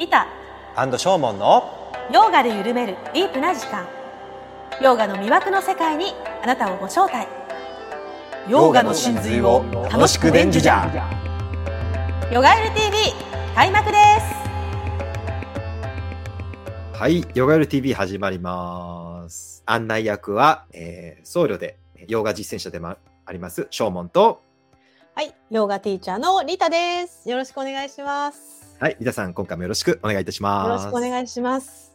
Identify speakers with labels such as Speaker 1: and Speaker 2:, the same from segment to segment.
Speaker 1: 板
Speaker 2: アンドショーモンの
Speaker 1: ヨガで緩めるディープな時間ヨガの魅惑の世界にあなたをご招待
Speaker 2: ヨガの真髄を楽しく伝授じゃ
Speaker 1: ヨガエル TV 開幕です
Speaker 2: はい、ヨガエル TV 始まります。案内役は、えー僧侶で、ヨガ実践者でもあります、ショーモンと、
Speaker 1: はい、ヨガティーチャーのリタです。よろしくお願いします。
Speaker 2: はい、皆さん、今回もよろしくお願いいたし
Speaker 1: よ
Speaker 2: ま
Speaker 1: ろ
Speaker 2: す。
Speaker 1: しくお願いします。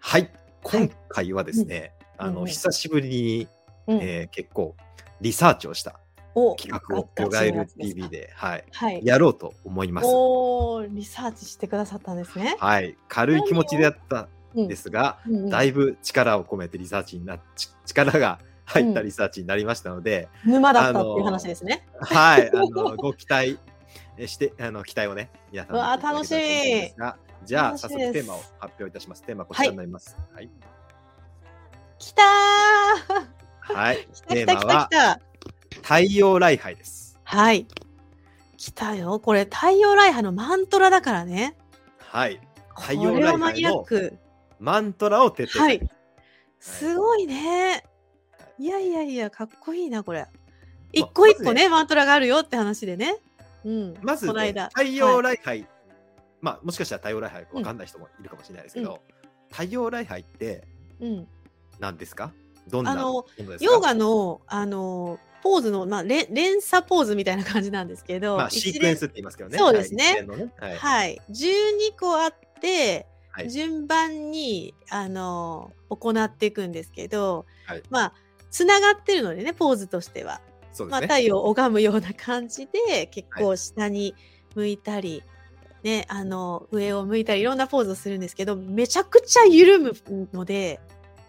Speaker 2: はい、今回はですね、
Speaker 1: うん
Speaker 2: あの、
Speaker 1: うん
Speaker 2: 久しぶりに、
Speaker 1: うん
Speaker 2: えー結構、リサーチをした
Speaker 1: お
Speaker 2: 企画を、ヨガエル
Speaker 1: で。
Speaker 2: TV。で、はい、
Speaker 1: はい。
Speaker 2: やろうと思います。
Speaker 1: おお、リサーチしてくださったんですね。
Speaker 2: はい、軽い気持ちでやった
Speaker 1: うんん
Speaker 2: ですが、
Speaker 1: うんうん
Speaker 2: だいぶ力を込めてリサーチになっ、ち 力が入ったリサーチになりましたので、
Speaker 1: 沼だったっていう話ですね。
Speaker 2: はい、あ のご期待して、あの期待をね、皆さん
Speaker 1: うわー
Speaker 2: 見てただけたらと思うんですが。じゃあ、
Speaker 1: 楽し
Speaker 2: 早
Speaker 1: い
Speaker 2: 速
Speaker 1: です
Speaker 2: テーマを発表いたします。テーマはこちらになります。はい、
Speaker 1: きた
Speaker 2: は
Speaker 1: ー。
Speaker 2: い、テ
Speaker 1: き
Speaker 2: ー
Speaker 1: た
Speaker 2: マ
Speaker 1: きた
Speaker 2: は
Speaker 1: きた。
Speaker 2: 太陽礼拝です。
Speaker 1: はい。来たよ。これ太陽礼拝のマントラだからね。
Speaker 2: はい、
Speaker 1: こ
Speaker 2: 太陽
Speaker 1: れは
Speaker 2: 礼
Speaker 1: マ
Speaker 2: 拝
Speaker 1: ニアッ
Speaker 2: の
Speaker 1: ク。
Speaker 2: マントラを徹底
Speaker 1: はい。すごいね。いやいやいや、かっこいいな、これ。一個一個ね、マントラがあるよって話でね。うん。
Speaker 2: まず、
Speaker 1: この
Speaker 2: ね、
Speaker 1: 間。
Speaker 2: 太陽
Speaker 1: はい
Speaker 2: 礼拝、まあもしかしたら太陽礼拝わかんない人もいるかもしれないですけど、太陽礼拝って
Speaker 1: うん。
Speaker 2: 何ですかどんな
Speaker 1: あの
Speaker 2: ものですか
Speaker 1: ヨガの、あの、ポーズの、まあ、連連鎖ポーズみたいな感じなんですけど、
Speaker 2: まあ、シークエン
Speaker 1: 一
Speaker 2: スって言いますけどね。
Speaker 1: そうですね
Speaker 2: はい一連のねは
Speaker 1: 連
Speaker 2: い
Speaker 1: はい。12個あって、
Speaker 2: はい
Speaker 1: 順番に、あの、行っていくんですけど、
Speaker 2: はい
Speaker 1: まあ、つながってるのでね、ポーズとしては。
Speaker 2: そうで
Speaker 1: まあ、
Speaker 2: すね。
Speaker 1: 太陽を拝むような感じで結構下に向いたり、ね、あの上を向いたりいろんなポーズをするんですけどめちゃくちゃ緩むので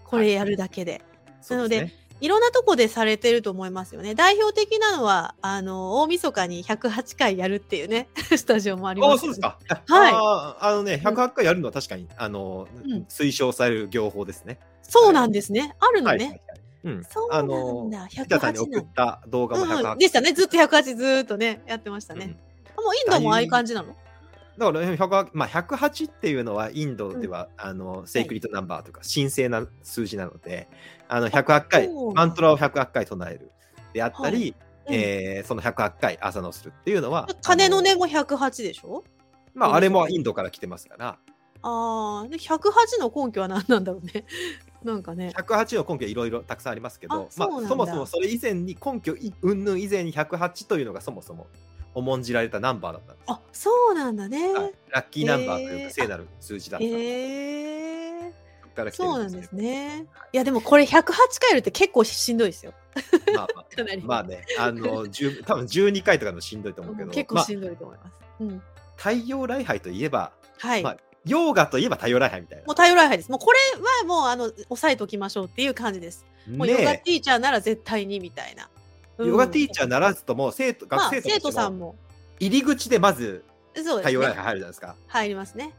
Speaker 1: これやるだけで、
Speaker 2: そうすね
Speaker 1: なの、い、ろんなとこでされてると思いますよね代表的なのはあの大晦日に108回やるっていうね スタジオもあり
Speaker 2: あ
Speaker 1: ま
Speaker 2: あ、
Speaker 1: す
Speaker 2: そ
Speaker 1: け
Speaker 2: う
Speaker 1: ど
Speaker 2: ですか。
Speaker 1: はい
Speaker 2: あーあのね、108回やるのは確かに、あの、
Speaker 1: うん
Speaker 2: 推奨される業法ですね。
Speaker 1: そうなんですねあるの
Speaker 2: はい
Speaker 1: ね、
Speaker 2: はいはい。うん。
Speaker 1: そう
Speaker 2: あ
Speaker 1: なん
Speaker 2: の
Speaker 1: だ、
Speaker 2: 北さんに
Speaker 1: 108
Speaker 2: 送っ
Speaker 1: な
Speaker 2: た動画も108
Speaker 1: うんうん、でしたねずっと108ずーっとねやってました
Speaker 2: うん
Speaker 1: ね、もうインドもああいう感じなの
Speaker 2: だからね108、まあ、108っていうのはインドでは、あのセイクリットナンバーとか神聖な数字なのであの108回
Speaker 1: そう
Speaker 2: マントラを108回唱えるであった
Speaker 1: は
Speaker 2: り、
Speaker 1: うん
Speaker 2: えーその108回朝のするっていうのは
Speaker 1: 鐘の
Speaker 2: あ
Speaker 1: 音も108でしょ
Speaker 2: まあ、あれもインドから来てますから
Speaker 1: ああ、で108の根拠は何なんだろうね。 なんかね。
Speaker 2: 108の根拠いろいろたくさんありますけど
Speaker 1: あ
Speaker 2: まあ
Speaker 1: そうなん、だ
Speaker 2: そもそもそれ以前に根拠云々以前に108というのがそもそも重んじられたナンバーだったんです、
Speaker 1: あ、そうなんだね。
Speaker 2: はいラッキーナンバーという
Speaker 1: えー
Speaker 2: か聖なる数字だったんです、
Speaker 1: ええ
Speaker 2: そこから来て
Speaker 1: そう
Speaker 2: る
Speaker 1: なん
Speaker 2: んで
Speaker 1: ですす
Speaker 2: けど
Speaker 1: ね。いやでもこれ108回やるって結構しんどいですよ。
Speaker 2: まあまあ
Speaker 1: かなり。
Speaker 2: まあね、あの、10多分12回とかのしんどいと思うけ
Speaker 1: うん
Speaker 2: ど、
Speaker 1: 結構
Speaker 2: まあ
Speaker 1: しんどいと思います。うん。
Speaker 2: 太陽礼拝といえば、
Speaker 1: はい。
Speaker 2: まあヨーガといえば太陽礼拝みたい
Speaker 1: もう太陽礼拝です。もうこれはもうあの抑えておきましょうっていう感じです。も
Speaker 2: な。
Speaker 1: うヨガ
Speaker 2: ね
Speaker 1: ティーチャーなら絶対にみたいな。
Speaker 2: え、ヨガティーチャー
Speaker 1: ー
Speaker 2: ならずとも、生徒、
Speaker 1: まあ
Speaker 2: 学生
Speaker 1: 生徒
Speaker 2: た
Speaker 1: さ
Speaker 2: ち
Speaker 1: ん
Speaker 2: も
Speaker 1: も
Speaker 2: 入り口でまず
Speaker 1: そうで
Speaker 2: 太
Speaker 1: す
Speaker 2: 陽礼拝
Speaker 1: ね。
Speaker 2: 入るじゃないですか。
Speaker 1: 入りますね。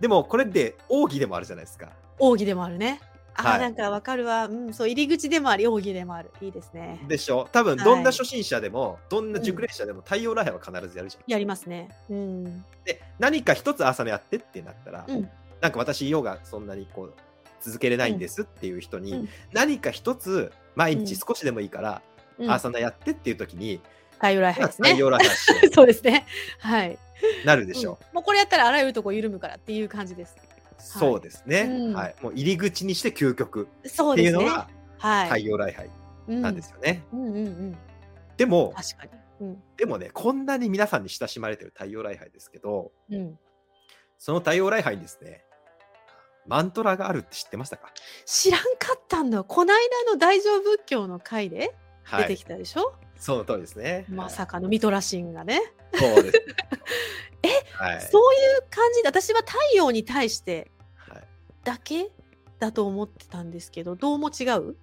Speaker 2: でも、これって奥義でもあるじゃないですか。
Speaker 1: 奥義でもあるね。あー、
Speaker 2: はい
Speaker 1: なんかわかるわ。うん、そう入り口でもあり、奥義でもある。いいですね。
Speaker 2: でしょ多分、
Speaker 1: はい
Speaker 2: どんな初心者でも、どんな熟練者でも太陽礼拝は必ずやるじゃん。
Speaker 1: やりますね。うん。
Speaker 2: で、何か一つ朝のやってってなったら、
Speaker 1: うん。
Speaker 2: なんか私、ヨガそんなにこう、続けれないんですっていう人に、
Speaker 1: うんうん
Speaker 2: 何か一つ、毎日少しでもいいから、
Speaker 1: うん、
Speaker 2: 朝ナやってっていう時に、
Speaker 1: 太陽礼拝です
Speaker 2: 太
Speaker 1: ね。
Speaker 2: 陽ラ 話
Speaker 1: そうですね。はい。
Speaker 2: なるでしょ
Speaker 1: うんもうこれやったらあらゆるとこ緩むからっていう感じです。
Speaker 2: う。そうですね、
Speaker 1: うん
Speaker 2: はい。もう入り口にして究極
Speaker 1: そ
Speaker 2: っ
Speaker 1: う
Speaker 2: て
Speaker 1: で
Speaker 2: いう
Speaker 1: す
Speaker 2: の
Speaker 1: ね。
Speaker 2: が
Speaker 1: は
Speaker 2: 太
Speaker 1: い。
Speaker 2: 陽礼拝なんですよね。
Speaker 1: うん。うんうんうん。
Speaker 2: でも、
Speaker 1: 確かに。
Speaker 2: でもね、こんなに皆さんに親しまれてる太陽礼拝ですけど、
Speaker 1: うん。うん。
Speaker 2: その太陽礼拝にですね、マントラがあるって知ってましたか
Speaker 1: 知らんかったんだ。こないだの大乗仏教の会で
Speaker 2: は
Speaker 1: 出て
Speaker 2: い
Speaker 1: き。たでしょ、
Speaker 2: その通りですね。
Speaker 1: まさかのミトラシンがね。
Speaker 2: はいそう です。
Speaker 1: え
Speaker 2: はい。
Speaker 1: そういう感じで、私は太陽に対して
Speaker 2: はい
Speaker 1: だけだと思ってたんですけど、どうも違う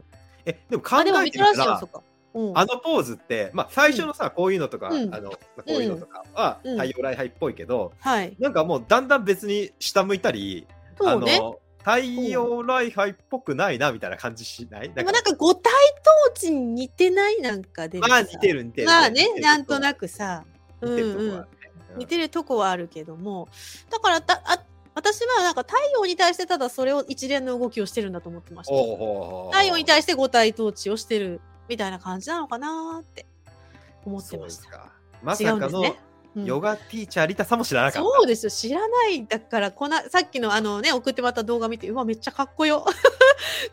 Speaker 2: え、でも考
Speaker 1: あ、でも
Speaker 2: え
Speaker 1: ミ
Speaker 2: て
Speaker 1: ト
Speaker 2: み
Speaker 1: ラシ
Speaker 2: た
Speaker 1: ンは
Speaker 2: ら
Speaker 1: そう、か。うん。
Speaker 2: あのポーズって、まあ、最初のさ、こういうのとか、
Speaker 1: うん
Speaker 2: あのこういうのとかは
Speaker 1: うん
Speaker 2: 太陽礼拝っぽいけど、
Speaker 1: はい。
Speaker 2: なんかもうだんだん別に下向いたり、
Speaker 1: そうね。
Speaker 2: あの太陽礼拝っぽくないなみたいな感じしないな
Speaker 1: で
Speaker 2: ん
Speaker 1: もな
Speaker 2: か
Speaker 1: んか五体統治に似てないなんかでもさ
Speaker 2: まあ似てる似てる。
Speaker 1: まあねなんと
Speaker 2: く
Speaker 1: なくさ
Speaker 2: 似てるとこは
Speaker 1: 似てるとこはあるけどもだからたあ私はなんか太陽に対してただそれを一連の動きをしてるんだと思ってました。
Speaker 2: ほうほうほう
Speaker 1: 太陽に対して五体統治をしてるみたいな感じなのかなーって思ってまし
Speaker 2: そ
Speaker 1: た。
Speaker 2: うかまさ
Speaker 1: 違う
Speaker 2: か
Speaker 1: んです
Speaker 2: の、
Speaker 1: ねうん
Speaker 2: ヨガティーチャーリタさんも知らなかった。
Speaker 1: そうですよ知らないだからこなさっきのあのね送ってもらった動画見てうわめっちゃかっこよ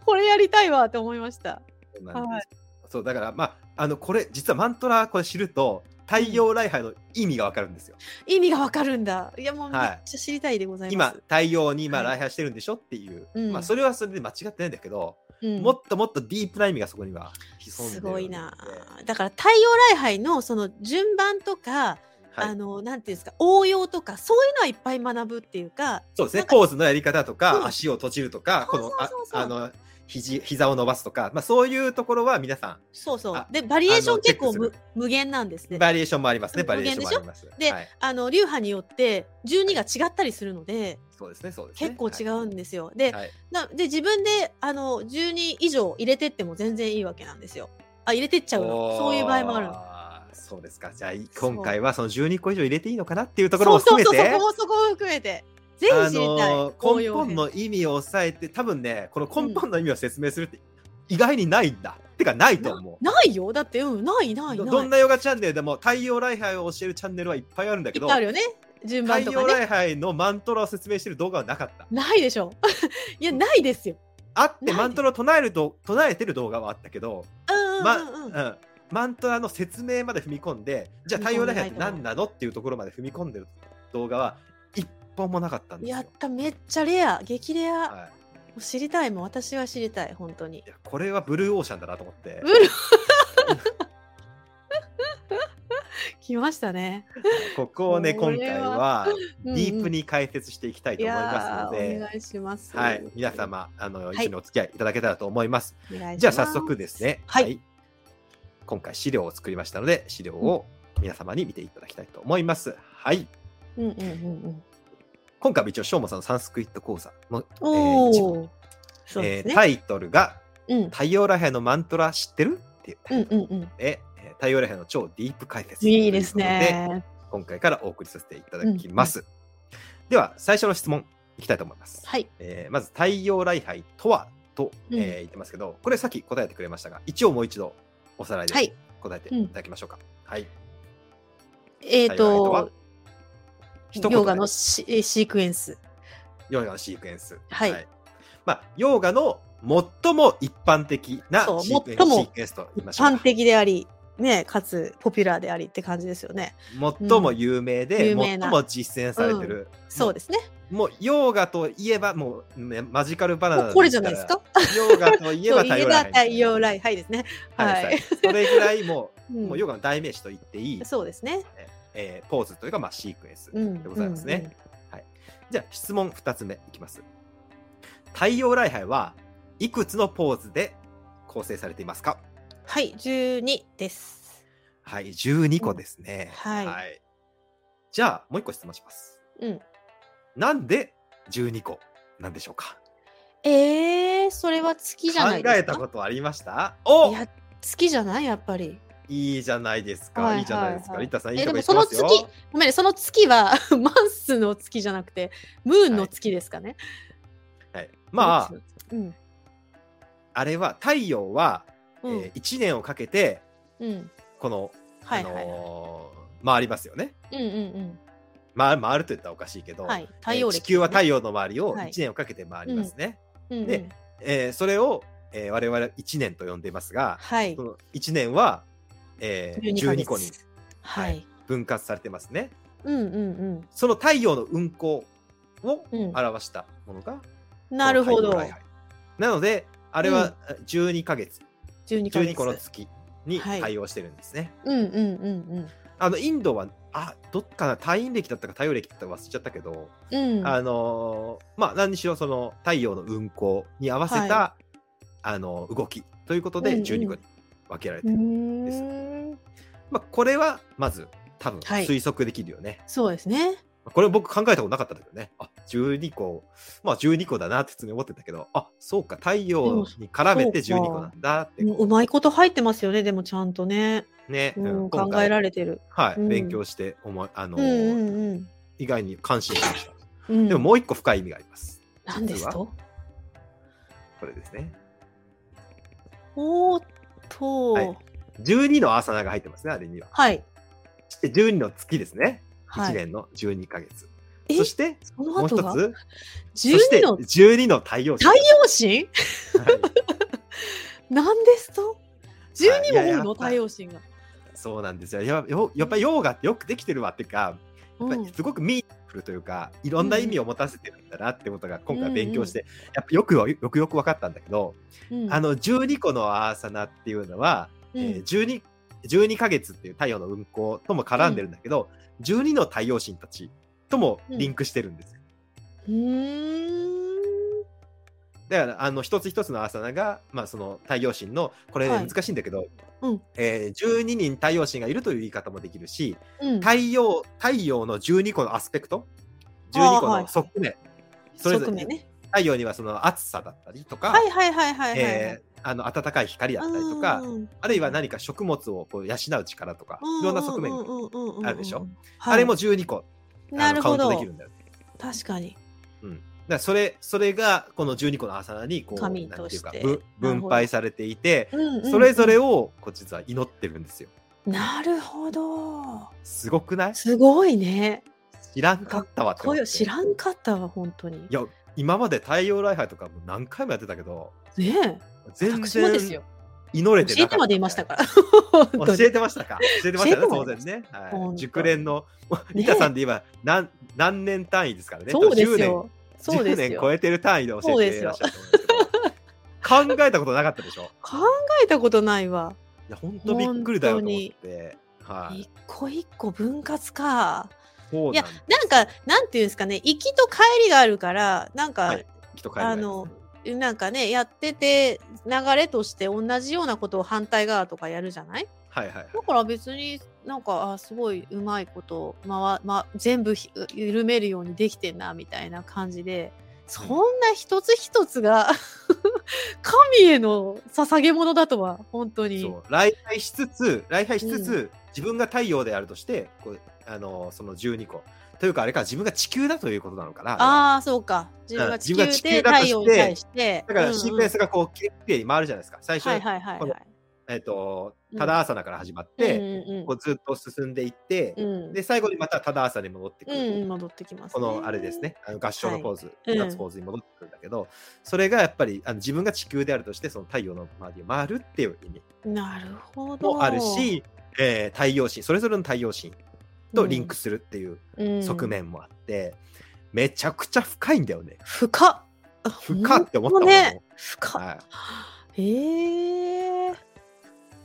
Speaker 1: これやりたいわって思いました
Speaker 2: そうなんですそうだからまああのこれ実はマントラこれ知ると太陽礼拝の意味がわかるんですよ。
Speaker 1: 意味がわかるんだいやもうめっ
Speaker 2: はい
Speaker 1: ちゃ知りたいでござい
Speaker 2: 今
Speaker 1: ます、
Speaker 2: 太陽に今
Speaker 1: は
Speaker 2: 礼
Speaker 1: い
Speaker 2: 拝してるんでしょっていう、
Speaker 1: うん
Speaker 2: まあそれはそれで間違ってないんだけど、
Speaker 1: うん
Speaker 2: もっともっとディープな意味がそこには潜んでる
Speaker 1: す
Speaker 2: ので
Speaker 1: ごいなあだから太陽礼拝のその順番とか、
Speaker 2: は
Speaker 1: あ
Speaker 2: い、
Speaker 1: のなんていうんですか応用とかそういうのはいっぱい学ぶっていうか
Speaker 2: そうです
Speaker 1: な
Speaker 2: ね
Speaker 1: んか
Speaker 2: ポーズのやり方とか、
Speaker 1: うん
Speaker 2: 足を閉じるとかこのあ
Speaker 1: そうそうそうそう
Speaker 2: あの肘膝を伸ばすとか、まあ、そういうところは皆さ
Speaker 1: そうそう
Speaker 2: あ
Speaker 1: でバリエーション結構
Speaker 2: あのチェッ
Speaker 1: 無
Speaker 2: ク
Speaker 1: 無限なんですね
Speaker 2: んバリエーションもありますね
Speaker 1: うん
Speaker 2: バリエーションもあります。
Speaker 1: で
Speaker 2: はい、
Speaker 1: あの流派によって12が違ったりするので、
Speaker 2: そうですねそうですね
Speaker 1: 結構違
Speaker 2: は
Speaker 1: う
Speaker 2: い
Speaker 1: んですよ、で
Speaker 2: はい
Speaker 1: なで自分であの12以上入れてっても全然いいわけなんですよあ入れてっちゃうのそういう場合もあるの
Speaker 2: あーそうですかじゃあい
Speaker 1: そう
Speaker 2: 今回はその12個以上入れていいのかなっていうところも含めて
Speaker 1: そうそうそうそこもそこも含めてぜ
Speaker 2: あ
Speaker 1: ひ知りたい、
Speaker 2: の
Speaker 1: 応
Speaker 2: 根
Speaker 1: 用
Speaker 2: 本
Speaker 1: 編
Speaker 2: の意味を抑えて多分ねこの根本の意味を説明するって意外にないんだ、てかないと思う
Speaker 1: ないよだってうんないないな
Speaker 2: ど
Speaker 1: い
Speaker 2: どんなヨガチャンネルでも太陽礼拝を教えるチャンネルはいっぱいあるんだ
Speaker 1: い
Speaker 2: け
Speaker 1: っ
Speaker 2: ど
Speaker 1: ぱいあるよね順番
Speaker 2: 太
Speaker 1: とか
Speaker 2: 陽
Speaker 1: ね
Speaker 2: 礼拝のマントラを説明してる動画はなかった
Speaker 1: ないでしょ いやないですよ
Speaker 2: あっ
Speaker 1: ない
Speaker 2: てマントラを唱えると唱えてる動画はあったけど、
Speaker 1: うんうん
Speaker 2: ま
Speaker 1: うんうん、
Speaker 2: うんマントラの説明まで踏み込んでじゃあ太陽礼拝って何なのっていうところまで踏み込んでる動画は一本もなかったんです
Speaker 1: やっ
Speaker 2: よ。
Speaker 1: ためっちゃレア激レア、も
Speaker 2: は
Speaker 1: う知りたいもん私は知りたい本当に
Speaker 2: い、いやこれはブルーオーシャンだなと思って。
Speaker 1: ブルー来ましたね
Speaker 2: ここをね、
Speaker 1: こ
Speaker 2: 今
Speaker 1: れは
Speaker 2: 回は
Speaker 1: うんう
Speaker 2: デ
Speaker 1: ん
Speaker 2: ィープに解説していきたいと思います
Speaker 1: い
Speaker 2: の
Speaker 1: やーお
Speaker 2: で、
Speaker 1: 願いします。
Speaker 2: はい、皆。様、あの、
Speaker 1: い
Speaker 2: 一緒にお付き合いいただけたらと思います。
Speaker 1: お願いします
Speaker 2: じゃあ、早速ですね、
Speaker 1: はい
Speaker 2: 今回資料を作りましたので、資料を皆様に見ていただきたいと思います。はい。
Speaker 1: うんうんうんうん。
Speaker 2: 今回は一応、しょうもさんのサンスクリット講座の、えー一
Speaker 1: お
Speaker 2: 部
Speaker 1: お。そうで
Speaker 2: えー
Speaker 1: すね。
Speaker 2: タイトルが、
Speaker 1: うん
Speaker 2: 太陽らへのマントラ知ってるっていうタイト
Speaker 1: う
Speaker 2: ル
Speaker 1: んうんうん。
Speaker 2: で、えー太陽らへの超ディープ解説。
Speaker 1: いいです。ね。
Speaker 2: 今回からお送りさせていただきます。では、最初の質問いきたいと思います。
Speaker 1: はい。
Speaker 2: えーまず、太陽礼拝とはと、えー
Speaker 1: うん
Speaker 2: 言ってますけど、これさっき答えてくれましたが、一応もう一度おさらいで
Speaker 1: はい
Speaker 2: 答えていただきましょうか。はい。
Speaker 1: えっ、
Speaker 2: 太陽礼拝は
Speaker 1: と、
Speaker 2: 一
Speaker 1: ヨ
Speaker 2: 言
Speaker 1: ガ
Speaker 2: で
Speaker 1: のシえーシークエンス。
Speaker 2: ヨガのシークエンス。
Speaker 1: はい
Speaker 2: まあ、ヨガの最も一般的な
Speaker 1: そう
Speaker 2: シークエン
Speaker 1: 最も
Speaker 2: シークエンスと言いま
Speaker 1: 一
Speaker 2: しょう
Speaker 1: 般
Speaker 2: か。
Speaker 1: 的であり、ね、かつポピュラーでありって感じですよね。
Speaker 2: 最も有名
Speaker 1: うん
Speaker 2: で、
Speaker 1: 有名な
Speaker 2: 最も実践されてる。
Speaker 1: そうですね。
Speaker 2: もうヨーガといえばもう、ね、マジカルバナナ
Speaker 1: もう
Speaker 2: で
Speaker 1: これじゃないですか
Speaker 2: 言ったらヨーガといえば
Speaker 1: そう
Speaker 2: 太
Speaker 1: 言え
Speaker 2: 陽
Speaker 1: ば
Speaker 2: ライ
Speaker 1: 太陽礼拝ですね。
Speaker 2: はい、
Speaker 1: はい。
Speaker 2: それぐらいも
Speaker 1: う
Speaker 2: う,、
Speaker 1: ん
Speaker 2: もうヨーガの代名詞と言っていい、
Speaker 1: そうですね。
Speaker 2: えーポーズというか、まあ、シークエンス
Speaker 1: う
Speaker 2: で
Speaker 1: ん。
Speaker 2: ございますね、はい、じゃあ質問2つ目いきます太陽礼拝はいくつのポーズで構成されていますか
Speaker 1: うんうん。はい、12です。
Speaker 2: はい12個ですね、
Speaker 1: うんはい
Speaker 2: じゃあもう1個質問します
Speaker 1: うん。
Speaker 2: なんで12個なんでしょうか
Speaker 1: えー、それは月じゃない
Speaker 2: 考
Speaker 1: です
Speaker 2: え
Speaker 1: か
Speaker 2: たことありましたお
Speaker 1: いや、月じゃないやっぱり。
Speaker 2: いいじゃないですか、
Speaker 1: はい
Speaker 2: い
Speaker 1: はい
Speaker 2: い、じゃないですか、
Speaker 1: はい
Speaker 2: リタさん、いい
Speaker 1: え、
Speaker 2: と
Speaker 1: で
Speaker 2: こ言
Speaker 1: も
Speaker 2: って
Speaker 1: その
Speaker 2: ますよ。
Speaker 1: 月、ごめんね、その月は マンスの月じゃなくて、ムーンの月ですかね。
Speaker 2: はい、まあ、
Speaker 1: うん。
Speaker 2: あれは、太陽は、
Speaker 1: うん。
Speaker 2: え1年をかけて、
Speaker 1: うん。
Speaker 2: この、
Speaker 1: は
Speaker 2: あ
Speaker 1: いはい。
Speaker 2: のー回りますよね。
Speaker 1: うんうん
Speaker 2: まあ、回ると言ったらおかしいけ
Speaker 1: う
Speaker 2: ど、
Speaker 1: ん。はい。太
Speaker 2: え
Speaker 1: 陽
Speaker 2: ー
Speaker 1: 暦、
Speaker 2: 地球は太陽の周りを
Speaker 1: はい
Speaker 2: 1年をかけて回りますね。
Speaker 1: 陽
Speaker 2: でえーそれを、えー我々は1年と呼んでいますが、
Speaker 1: はい
Speaker 2: そ。の1年は、え
Speaker 1: 12
Speaker 2: ー
Speaker 1: ヶ月
Speaker 2: 12個に
Speaker 1: は
Speaker 2: はいい。分割されてますね。
Speaker 1: うんうん
Speaker 2: その太陽の運行を
Speaker 1: うん。うん。
Speaker 2: 表したものが、
Speaker 1: なるほど
Speaker 2: この。太陽礼拝なので、あれは12ヶ月、
Speaker 1: 12ヶ
Speaker 2: 12
Speaker 1: 月。
Speaker 2: 個の月に対応してるんですね。
Speaker 1: うんうんうん
Speaker 2: あのインドは、あどっかな、退院歴だったか、太陽歴だったか忘れちゃったけど、
Speaker 1: うん。うん。
Speaker 2: あのーまあ、何にしろその太陽の運行に合わせた、
Speaker 1: は
Speaker 2: あの動きということ
Speaker 1: う
Speaker 2: で、
Speaker 1: んうん
Speaker 2: 12個に分けられ
Speaker 1: う
Speaker 2: て
Speaker 1: ー
Speaker 2: る。
Speaker 1: ん
Speaker 2: まあ、これはまず、多分
Speaker 1: はい
Speaker 2: 推測できるよね。
Speaker 1: そうですね。
Speaker 2: これ僕考えたことなかったんだけどね。あ、12個、まあ12個だなって普通に思ってたけど、あ、そうか、太陽に絡めて
Speaker 1: でも
Speaker 2: 12個なんだって。
Speaker 1: うんうまいこと入ってますよね、でもちゃんとね。
Speaker 2: ね、
Speaker 1: うん、
Speaker 2: 今
Speaker 1: 考
Speaker 2: 回
Speaker 1: えられてる。
Speaker 2: はい、
Speaker 1: うん
Speaker 2: 勉強して思い、あの
Speaker 1: うんうんうん。
Speaker 2: 意外に感心しました。
Speaker 1: うん
Speaker 2: でももう一個深い意味があります。
Speaker 1: 何です
Speaker 2: 実は
Speaker 1: と
Speaker 2: これですね。
Speaker 1: おーっと、
Speaker 2: は
Speaker 1: はいい、
Speaker 2: 12のアーサナが入ってますね、あれには。
Speaker 1: はい。
Speaker 2: そして12の月ですね。1年の12ヶ月。
Speaker 1: え
Speaker 2: そして、
Speaker 1: その
Speaker 2: もう
Speaker 1: 後
Speaker 2: 一
Speaker 1: が
Speaker 2: つ、そして
Speaker 1: 12の
Speaker 2: 12の太陽神。
Speaker 1: 太陽 神
Speaker 2: はい
Speaker 1: 何ですと
Speaker 2: はいいや
Speaker 1: ?12 もおる
Speaker 2: や
Speaker 1: の
Speaker 2: っぱ
Speaker 1: 太陽神が。
Speaker 2: そうなんですよ。やよやっぱヨーガってよくできてるわっていうか、やっ
Speaker 1: う
Speaker 2: ぱり
Speaker 1: ん
Speaker 2: すごくミーティフルというか、いろんな意味を持たせてるんだなってことが今回勉強して、やっぱよくよよくよく分かったんだけど、
Speaker 1: うん
Speaker 2: あの12個のアーサナっていうのは、
Speaker 1: うん
Speaker 2: えー 12, 12ヶ月っていう太陽の運行とも絡んでるんだけど、12の太陽神たちともリンクしてるんですよ。
Speaker 1: うーん
Speaker 2: だからあの一つ一つのアーサナが、まあ、その太陽神のこれ
Speaker 1: はい
Speaker 2: 難しいんだけど、
Speaker 1: うん
Speaker 2: えー12人太陽神がいるという言い方もできるし、
Speaker 1: うん
Speaker 2: 太陽太陽の12個のアスペクト12個
Speaker 1: あーはい
Speaker 2: の側面、それぞ
Speaker 1: 側
Speaker 2: れ
Speaker 1: 面ね。
Speaker 2: 太陽にはその暑さだったりとか、
Speaker 1: はいはいはいはいはいはい。
Speaker 2: えーあの暖かい光だったりとか、
Speaker 1: うん
Speaker 2: あるいは何か食物をこう養う力とか、いろんな側面が、
Speaker 1: が
Speaker 2: あるでしょ。あれも12個あの
Speaker 1: なる
Speaker 2: カ
Speaker 1: ほ
Speaker 2: ウント
Speaker 1: ど
Speaker 2: できるんだよね。
Speaker 1: 確かに。
Speaker 2: だからそれそれがこの12個のアーサナにこう
Speaker 1: 神
Speaker 2: なん
Speaker 1: と
Speaker 2: ていう
Speaker 1: して
Speaker 2: かぶ分配されていて、
Speaker 1: うんうん
Speaker 2: それぞれをこう実は祈ってるんですよ。
Speaker 1: なるほど。
Speaker 2: すごくない
Speaker 1: すごいね。
Speaker 2: 知らんかったわって思っ
Speaker 1: 声
Speaker 2: て
Speaker 1: を知らんかったわ本当に
Speaker 2: い。や今まで太陽礼拝とかもう何回もやってたけど
Speaker 1: ねえ。
Speaker 2: 全
Speaker 1: 私もです
Speaker 2: 然
Speaker 1: よ。
Speaker 2: 祈れて
Speaker 1: 教え
Speaker 2: な
Speaker 1: て
Speaker 2: かっ
Speaker 1: ま
Speaker 2: た
Speaker 1: でいましたから。本当
Speaker 2: 教
Speaker 1: に
Speaker 2: えてましたか教えてましたね
Speaker 1: 教
Speaker 2: 当
Speaker 1: えてま
Speaker 2: 然ね、
Speaker 1: 本当
Speaker 2: はい、
Speaker 1: に
Speaker 2: 熟練の
Speaker 1: ね
Speaker 2: 板さんで今何何年単位ですからね
Speaker 1: そうです
Speaker 2: 10
Speaker 1: よ。そう
Speaker 2: 年
Speaker 1: です
Speaker 2: 10年
Speaker 1: よ。
Speaker 2: 超
Speaker 1: 考
Speaker 2: えてる単位で
Speaker 1: そ
Speaker 2: 教
Speaker 1: うで
Speaker 2: えて
Speaker 1: す
Speaker 2: いら
Speaker 1: よ
Speaker 2: っしゃると思うんです けど考えたことなかったでしょ
Speaker 1: えたことないわ。
Speaker 2: いや本当びっくりだよと思って、はい、
Speaker 1: 一個一個分割か。
Speaker 2: そう
Speaker 1: い
Speaker 2: なん
Speaker 1: や
Speaker 2: です
Speaker 1: なんかなんていうんですかね行きと帰りがあるからなんか、
Speaker 2: はいきっと帰るわよ
Speaker 1: あのなんかねやってて流れとして同じようなことを反対側とかやるじゃない
Speaker 2: はいはいはい
Speaker 1: だから別になんかあすごいうまいこと、まま、全部ひ緩めるようにできてんなみたいな感じでそんな一つ一つが 神への捧げ物だとは本当に
Speaker 2: そう礼拝しつつ礼拝しつつ、自分が太陽であるとしてこうあのその12個というかあれか自分が地球だということなのかな
Speaker 1: ああそうか自分が地
Speaker 2: うん
Speaker 1: 球
Speaker 2: 自
Speaker 1: で
Speaker 2: 分が
Speaker 1: 太
Speaker 2: 地球だとして
Speaker 1: 陽に対して
Speaker 2: だか
Speaker 1: う
Speaker 2: ら
Speaker 1: んうん
Speaker 2: CPS がこうきれいに回るじゃないですか最初、
Speaker 1: はいはいはい
Speaker 2: こ
Speaker 1: は
Speaker 2: の
Speaker 1: い
Speaker 2: えっと
Speaker 1: うん
Speaker 2: ただ朝だから始まっ
Speaker 1: う
Speaker 2: て、
Speaker 1: んうんうん
Speaker 2: こうずっと進んでいって、
Speaker 1: うん
Speaker 2: で最後にまたただ朝に戻ってく
Speaker 1: う
Speaker 2: る、
Speaker 1: んうん、戻ってきます、
Speaker 2: このあれです。ねあの合唱のポーズ、
Speaker 1: うん
Speaker 2: ガッツポーズに戻ってくるんだけど、それがやっぱりあの自分が地球であるとしてその太陽の周りを回るっていう意味
Speaker 1: なるほど。
Speaker 2: もあるし、えー太陽神それぞれの太陽神とリンクするっていう
Speaker 1: うん、
Speaker 2: 側面もあって、めちゃくちゃ深いんだよね
Speaker 1: 深っ。あ
Speaker 2: 深っって思った
Speaker 1: ほんと
Speaker 2: もん、
Speaker 1: ね。深っ。
Speaker 2: はい、
Speaker 1: へえ。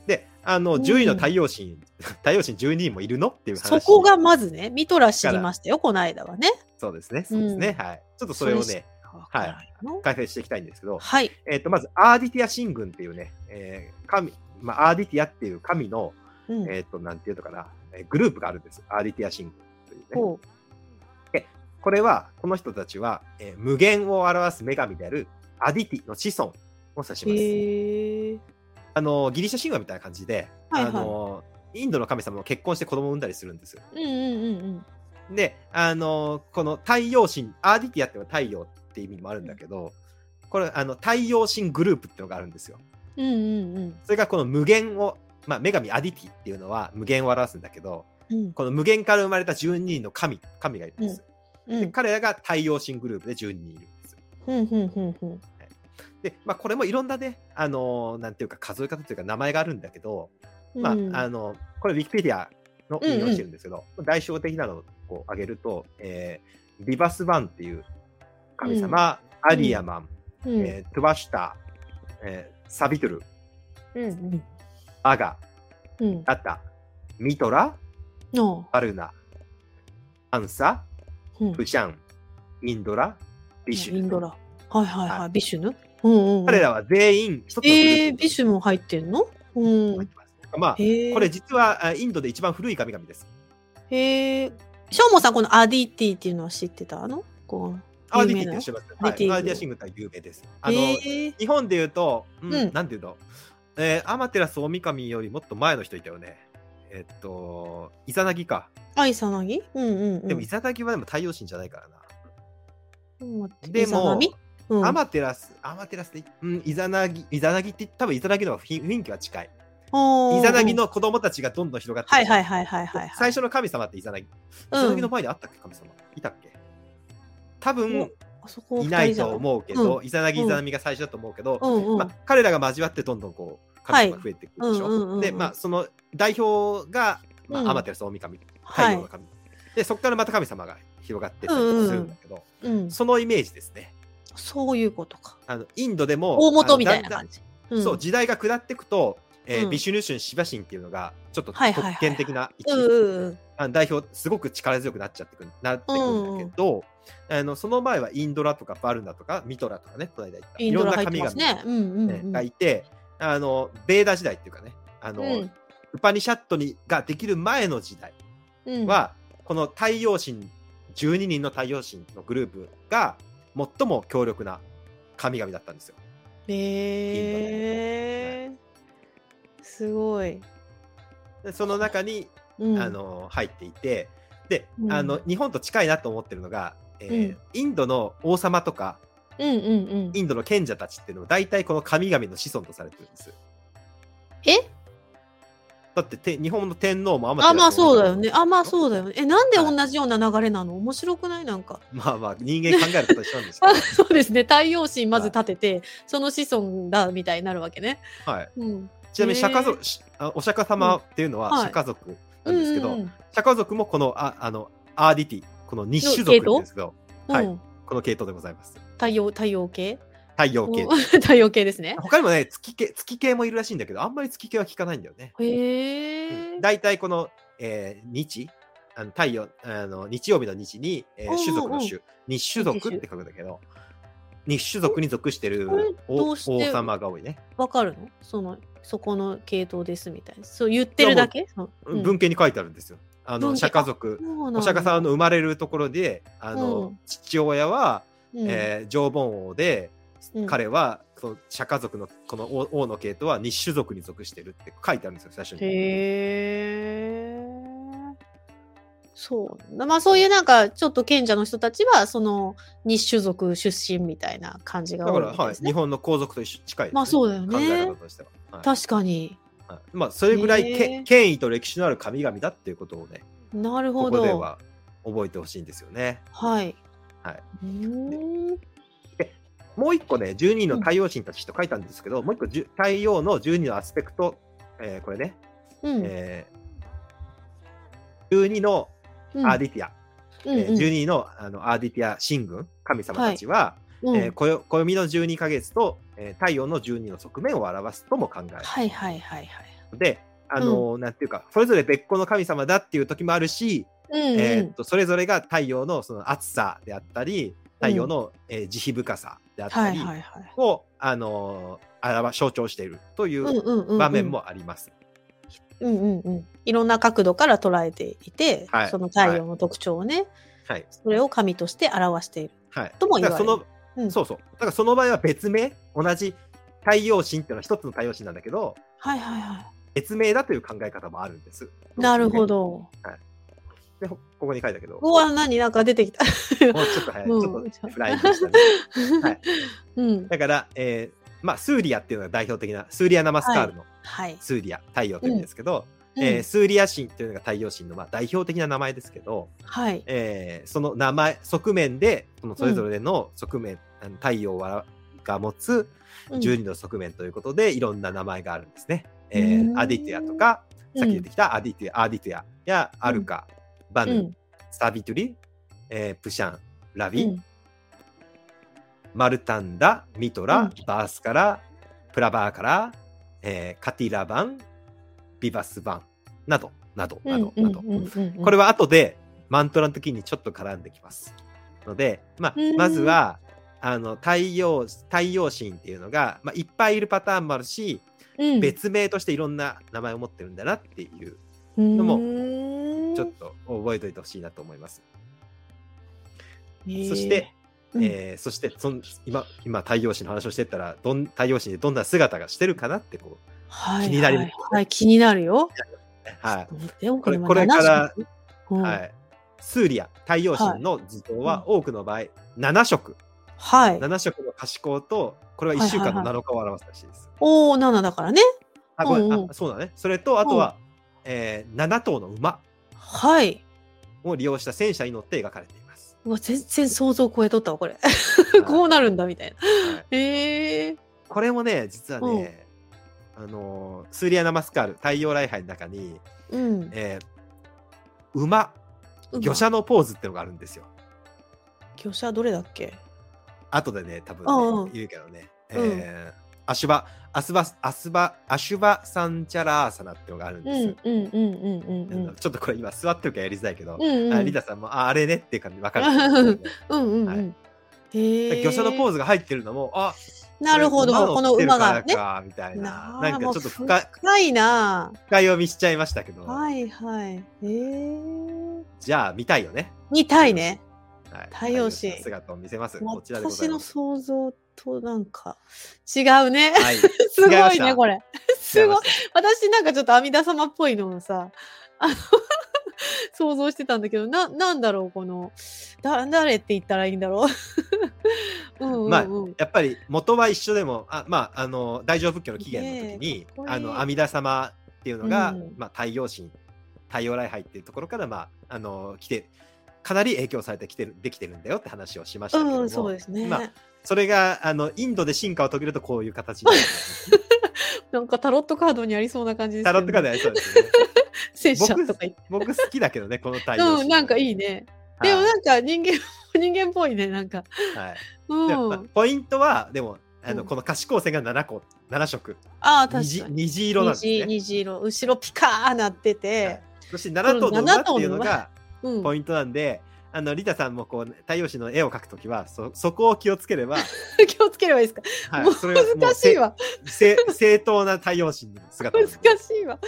Speaker 2: であの
Speaker 1: うん
Speaker 2: 10位の太陽神、 太陽神12人もいるのっていう
Speaker 1: そ
Speaker 2: 話
Speaker 1: こがまずね、ミトラ知りましたよ、この間はね。
Speaker 2: そうですねそうですね、はいちょっとそれをねい解説していきたいんですけど、
Speaker 1: はい。
Speaker 2: えっとまずアーディティア神軍っていうね、えー神まあ、アーディティアっていう神の、
Speaker 1: うん
Speaker 2: えっとなんていうのかなえーグループがあるんですアーディティア神軍というね
Speaker 1: ほう
Speaker 2: これはこの人たちは、えー無限を表す女神であるアディティの子孫を指します
Speaker 1: へえ。
Speaker 2: あのギリシャ神話みたいな感じで、
Speaker 1: はいはい
Speaker 2: あのインドの神様も結婚して子供を産んだりするんですよ
Speaker 1: うんうんうん
Speaker 2: で、あのこの太陽神、アーディティアっていうのは太陽って意味もあるんだけど、これ、あの、太陽神グループっていうのがあるんですよ。
Speaker 1: うん。うんうん
Speaker 2: それがこの無限を、まあ、女神アディティっていうのは無限を表すんだけど、
Speaker 1: うん。
Speaker 2: この無限から生まれた12人の神、神がいるんです。
Speaker 1: うんう
Speaker 2: で
Speaker 1: ん
Speaker 2: 彼らが太陽神グループで12人いるんですよ。
Speaker 1: うんうんうんうん
Speaker 2: で、まあ、これもいろんなね、あのなんていうか数え方というか名前があるんだけど、
Speaker 1: うん。
Speaker 2: まあ、あ
Speaker 1: あ
Speaker 2: の、これ、ウィキペディアの引用してるんですけど、代表的なのをこう挙げると、えービバスバンっていう神様、アリアマン、
Speaker 1: うん
Speaker 2: えートゥバシュタ、えーサビトゥル、
Speaker 1: うん
Speaker 2: アガ、
Speaker 1: うん。
Speaker 2: ラタ、ミトラ、
Speaker 1: の。
Speaker 2: バルナ、アンサ、
Speaker 1: うん
Speaker 2: プシャン、インドラ、ビシュ。
Speaker 1: インドラ。はいはい
Speaker 2: は
Speaker 1: はいい。ビシュヌ。うんうん。
Speaker 2: 彼らは全員一つのグループ
Speaker 1: えー、ビシュも入ってんのう
Speaker 2: 入っ
Speaker 1: ん
Speaker 2: て。ますまあ、
Speaker 1: へー
Speaker 2: これ実はあインドで一番古い神々です。
Speaker 1: へえ。しょうもさん、このアディティっていうのは知ってたのこう。
Speaker 2: アーデ
Speaker 1: 有
Speaker 2: ィテ
Speaker 1: 名
Speaker 2: ィっ
Speaker 1: な
Speaker 2: て知ってます。はい、ア
Speaker 1: アーディティ
Speaker 2: ーディアシングルが有名です。あの、
Speaker 1: へえ。
Speaker 2: 日本で言うと、うん
Speaker 1: うん
Speaker 2: なんて言うの、えー、アマテラスオミカミよりもっと前の人いたよね。えっと、イザナギか。
Speaker 1: あ、イサナギうんうんうん。
Speaker 2: でもイザナギはでも太陽神じゃないからな。
Speaker 1: も
Speaker 2: でも、
Speaker 1: うん、
Speaker 2: アマテラス、アマテラスで、うん、イザナギ、イザナギって多分イザナギの方が雰雰囲気は近い。イ
Speaker 1: イ
Speaker 2: ザナギ。の子供たちがどんどん広がってく
Speaker 1: は
Speaker 2: る
Speaker 1: いはいはいはいはい。
Speaker 2: 最初の神様ってイザナギ。イ
Speaker 1: うん
Speaker 2: ザナギの前にあったっけ、神様。いたっけ多分
Speaker 1: あそこ
Speaker 2: いないと思うけど、イザナギ、
Speaker 1: うん
Speaker 2: イザナミが最初だと思うけど、
Speaker 1: うんうん。
Speaker 2: まあ、彼らが交わってどんどんこう神様
Speaker 1: は
Speaker 2: が
Speaker 1: い
Speaker 2: 増えていくでし
Speaker 1: う
Speaker 2: ょ。
Speaker 1: んうんうんうん
Speaker 2: で、まあ、その代表が、まあ
Speaker 1: うん
Speaker 2: アマテラス大神、太
Speaker 1: は
Speaker 2: 陽の
Speaker 1: い。
Speaker 2: 神。で、そこからまた神様が広がってったりとかするんだけど、
Speaker 1: うん。
Speaker 2: そのイメージですね。
Speaker 1: そういうことか。
Speaker 2: あのインドでも
Speaker 1: 大元みたい
Speaker 2: あの
Speaker 1: な
Speaker 2: だん
Speaker 1: 感じ。
Speaker 2: だん
Speaker 1: ん
Speaker 2: そう時代が下っていくと、えー
Speaker 1: うん
Speaker 2: ビシュヌシュンシバシンっていうのがちょっと
Speaker 1: はい
Speaker 2: 特
Speaker 1: はいはいはい
Speaker 2: 権的な位置
Speaker 1: うんうんうん。
Speaker 2: あの代表すごく力強くなっちゃってくるなってくるんだけど、あのその前はインドラとかバルナとかミトラとかねこの間言った
Speaker 1: インドが入ってますね。うんうんう
Speaker 2: ね
Speaker 1: ん。
Speaker 2: がいてあのベーダ時代っていうかねあの、
Speaker 1: うん
Speaker 2: ウパニシャットにができる前の時代
Speaker 1: うん、
Speaker 2: は、この太陽神12人の太陽神のグループが最も強力な神々だったんですよ。
Speaker 1: へえすごい。
Speaker 2: でその中に
Speaker 1: うん、
Speaker 2: あの入っていてで、
Speaker 1: うん
Speaker 2: あの日本と近いなと思ってるのが、えー
Speaker 1: うん
Speaker 2: インドの王様とか
Speaker 1: うんうんうん。
Speaker 2: インドの賢者たちっていうのは大体この神々の子孫とされてるんです
Speaker 1: え
Speaker 2: だってて日本の天皇もアマテ
Speaker 1: あ
Speaker 2: ラスも
Speaker 1: まあそうだよね。あまあそうだよね。えなんで同じような流れなの面白くないなんか。
Speaker 2: まあまあ人間考えることは一緒なんですけ
Speaker 1: あ そうですね。太陽神まず立てて、その子孫だみたいになるわけね。
Speaker 2: ど、はい、
Speaker 1: うん。
Speaker 2: ちなみに釈迦
Speaker 1: へ
Speaker 2: 族しあお釈迦様っていうの
Speaker 1: うん
Speaker 2: は
Speaker 1: はい
Speaker 2: 釈迦族なんですけど、
Speaker 1: うんうん
Speaker 2: 釈迦族もこのああのアーディティこの日種族っていうんですけど
Speaker 1: うん
Speaker 2: はいこの系統でございます
Speaker 1: 太陽太陽系。
Speaker 2: 太陽系
Speaker 1: うん 太陽系 ですね。
Speaker 2: 他にもね月系月系もいるらしいんだけどあんまり月系は聞かないんだよね
Speaker 1: へえ。
Speaker 2: 大体この、えー日あの太陽あの日曜日の日に、えー
Speaker 1: うんうんうん
Speaker 2: 種族の種日種族って書くんだけど日種族に属してる
Speaker 1: これど
Speaker 2: 王
Speaker 1: うして
Speaker 2: 王様が多いね、
Speaker 1: わかるの？そのそこの系統ですみたいな。そう言ってるだけ？うん
Speaker 2: 文献に書いてあるんですよあの
Speaker 1: 文献
Speaker 2: 釈迦族
Speaker 1: そうな
Speaker 2: お
Speaker 1: んだ
Speaker 2: 釈迦さんの生まれるところであの、
Speaker 1: うん
Speaker 2: 父親は、
Speaker 1: うん
Speaker 2: えー縄文王で、彼はその釈迦族のこの王王の系統は日種族に属してるって書いてあるんですよ最初に。
Speaker 1: へえ。そう。まあそういうなんかちょっと賢者の人たちはその日種族出身みたいな感じが
Speaker 2: だ
Speaker 1: 多
Speaker 2: か
Speaker 1: い
Speaker 2: ら、
Speaker 1: みたい
Speaker 2: は
Speaker 1: で
Speaker 2: い、
Speaker 1: すね。
Speaker 2: 日本の皇族と一緒近いです、ね。
Speaker 1: まあそうだよね
Speaker 2: 考え方としては。はい
Speaker 1: 確かに。
Speaker 2: はいまあそれぐらいけ、
Speaker 1: ねえ
Speaker 2: 権威と歴史のある神々だっていうことをね
Speaker 1: なるほ
Speaker 2: ここ
Speaker 1: ど。
Speaker 2: では覚えてほしいんですよね。
Speaker 1: はい。
Speaker 2: はいう
Speaker 1: ーん。
Speaker 2: もう一個ね12人の太陽神たちと書いたんですけど、もう一個じゅ太陽の12のアスペクト、えーこれね、
Speaker 1: うん。
Speaker 2: えー12の
Speaker 1: うん
Speaker 2: アーディティア、
Speaker 1: うん
Speaker 2: えー12のあのアーディティア神軍神様たちは、
Speaker 1: うん
Speaker 2: えーこよ暦の12ヶ月と、えー太陽の12の側面を表すとも考えられる
Speaker 1: はいはいはいはい。
Speaker 2: ので、あのーなんていうかそれぞれ別個の神様だっていう時もあるし、
Speaker 1: うんうん、
Speaker 2: えーっとそれぞれが太陽のその暑さであったり太陽の、えー慈悲深さであった
Speaker 1: はい
Speaker 2: り
Speaker 1: はいはい。
Speaker 2: を、あのー表象徴しているとい
Speaker 1: うん
Speaker 2: う
Speaker 1: うんうんうん
Speaker 2: 場面。もあります。
Speaker 1: うんうんうん。いろんな角度から捉えていて、
Speaker 2: はい
Speaker 1: その太陽の特徴をね、
Speaker 2: はい
Speaker 1: それを神として表している。
Speaker 2: はい、
Speaker 1: とも言わ
Speaker 2: だ
Speaker 1: れ
Speaker 2: か
Speaker 1: る
Speaker 2: らその、
Speaker 1: うん
Speaker 2: そうそうだからその場合は別名同じ太陽神っていうのは一つの太陽神なんだけど
Speaker 1: はいはいはい。
Speaker 2: 別名だという考え方もあるんです。
Speaker 1: なるほど。
Speaker 2: でほここに書いた けど
Speaker 1: うわ、何なんか出てきた。
Speaker 2: もうちょっと早い、
Speaker 1: うん
Speaker 2: ちょっとフライングしたね。はい
Speaker 1: うん。
Speaker 2: だから、えーまあ、スーリアっていうのが代表的な、スーリア・ナマスカールの
Speaker 1: はい。
Speaker 2: スーリア、太陽というんですけど、
Speaker 1: うん
Speaker 2: えースーリア神というのが太陽神のまあ代表的な名前ですけど、
Speaker 1: はい。
Speaker 2: えーその名前、側面で、そのそれぞれの側面、あの太陽はが持つ
Speaker 1: うん
Speaker 2: 12の側面ということで、いろんな名前があるんですね。え
Speaker 1: う
Speaker 2: ー
Speaker 1: ん
Speaker 2: アディティアとか、さっき出てきたアディティア、アディティアやアルカ、バ
Speaker 1: う
Speaker 2: ヌ、
Speaker 1: ん
Speaker 2: サビトゥリ、えープシャン、ラ
Speaker 1: う
Speaker 2: ビ、
Speaker 1: ん
Speaker 2: マルタンダ、ミトラ、
Speaker 1: うん
Speaker 2: バースカラ、プラバーカラ、えーカティラバン、ビバスバンなど、など、
Speaker 1: う
Speaker 2: など
Speaker 1: ん、う
Speaker 2: なんど。
Speaker 1: うんうん
Speaker 2: これは後でマントラの時にちょっと絡んできます。ので、まあ
Speaker 1: うん、
Speaker 2: まずは、あの太陽太陽神っていうのが、まあ、いっぱいいるパターンもあるし、
Speaker 1: うん
Speaker 2: 別名としていろんな名前を持ってるんだなっていう
Speaker 1: の
Speaker 2: も
Speaker 1: ち
Speaker 2: ちょっと覚えておいてほしいなと思います。
Speaker 1: と
Speaker 2: そして、
Speaker 1: うん
Speaker 2: えーそしてそん今今太陽神の話をしてったらどん太陽神でどんな姿がしてるかなってこう、気になります
Speaker 1: はい、気になるよ。
Speaker 2: は
Speaker 1: ちょっ
Speaker 2: い
Speaker 1: と待ってよ
Speaker 2: これ
Speaker 1: 今
Speaker 2: これから
Speaker 1: 70うん
Speaker 2: はいスーリア太陽神の図像は多くの場合7色、
Speaker 1: はい。
Speaker 2: 7色の可視光とこれは1週間の7日を表すらしいです。
Speaker 1: おお、7だからね。
Speaker 2: あごめん
Speaker 1: うんうん
Speaker 2: あそうだねそれとあとは、えー7頭の馬
Speaker 1: はい。
Speaker 2: を利用した戦車に乗って描かれています。
Speaker 1: うわ、全然想像を超えとったわ、これ。 こ
Speaker 2: は
Speaker 1: うなるんだ、みたいな。
Speaker 2: いはい
Speaker 1: ええ
Speaker 2: これもね実はね、あのースーリア・ナマスカール太陽礼拝の中に、
Speaker 1: うん。
Speaker 2: えー馬魚車のポーズってのがあるんですよ。
Speaker 1: 魚車どれだっけ
Speaker 2: 後でね多分
Speaker 1: うんうん
Speaker 2: ね言うけどね、
Speaker 1: うん
Speaker 2: えーアシュバアスバアスバアシュバサンチャラーサナってのがあるん
Speaker 1: う
Speaker 2: ですよ
Speaker 1: ん、うんうんうんうんうん。
Speaker 2: ちょっとこれ今座ってるからやりづらいけど、
Speaker 1: うんうん
Speaker 2: あリタさんもああれねっていう感じ分かると思うんです
Speaker 1: うんうんうん。
Speaker 2: は
Speaker 1: へ
Speaker 2: けど、
Speaker 1: え。
Speaker 2: 魚車のポー
Speaker 1: ズ。
Speaker 2: ズが入ってるのもあ
Speaker 1: なるほど。この
Speaker 2: 乗ってる
Speaker 1: 馬
Speaker 2: から
Speaker 1: がね。
Speaker 2: かみたいな
Speaker 1: あ
Speaker 2: なんかちょっと深い
Speaker 1: 深いな
Speaker 2: 深読みしちゃいましたけど、
Speaker 1: あ。はいはい。へえ。
Speaker 2: じゃあ見たいよね
Speaker 1: 見たいね。
Speaker 2: はい、
Speaker 1: 太陽神
Speaker 2: 太の姿を見せます。こちらでござ
Speaker 1: 私
Speaker 2: い
Speaker 1: の
Speaker 2: ます。
Speaker 1: 想像となんか違うね。
Speaker 2: はい、
Speaker 1: すご
Speaker 2: 違ま
Speaker 1: い
Speaker 2: し
Speaker 1: ね、
Speaker 2: た
Speaker 1: こ れ。すごい
Speaker 2: 違ま。し
Speaker 1: 私なんかちょっと阿弥陀様っぽいのをさ、あの 想像してたんだけど、な、なんだろう、この、だ、誰って言ったらいいんだろう。 うんうんうん。
Speaker 2: まあたやっぱり元は一緒でも、あまあ、あの大乗仏教の起源の時
Speaker 1: ねえ
Speaker 2: に
Speaker 1: かっこいい
Speaker 2: あの阿弥陀様っていうのが、
Speaker 1: うん
Speaker 2: まあ、太陽神太陽礼拝っていうところから、まあ、あの来てかなり影響されてきてるできてるんだよって話をしましたけども、
Speaker 1: うん、そうですね。
Speaker 2: まあそれがあのインドで進化を遂げるとこういう形になる んですね
Speaker 1: なんかタロットカードにありそうな感じです
Speaker 2: タ
Speaker 1: よね。
Speaker 2: ロットカードやりそうですよね。
Speaker 1: 戦車
Speaker 2: 僕
Speaker 1: とか言って。
Speaker 2: 僕好きだけどね、この太陽神。
Speaker 1: うん、なんかいいね。でも
Speaker 2: はい
Speaker 1: なんか人間、 人間っぽいね、なんか。
Speaker 2: はい
Speaker 1: うん。
Speaker 2: でもまあ
Speaker 1: あ
Speaker 2: ポイントはでもあの、
Speaker 1: うん
Speaker 2: この可視光線が7個7色
Speaker 1: あー、
Speaker 2: 虹
Speaker 1: 確かに。
Speaker 2: 虹色なんです
Speaker 1: 虹
Speaker 2: ね。
Speaker 1: 虹色後ろピカーなってて、
Speaker 2: はいそして7頭の馬っていうのが
Speaker 1: うん、
Speaker 2: ポイントなんで、あのリタさんもこう太陽神の絵を描くときはそそこを気をつければ、
Speaker 1: 気をつければいいですか
Speaker 2: はい、それがもう
Speaker 1: 難しいわ
Speaker 2: せせ正当な太陽神の 姿
Speaker 1: 難
Speaker 2: なん
Speaker 1: し
Speaker 2: で
Speaker 1: いわ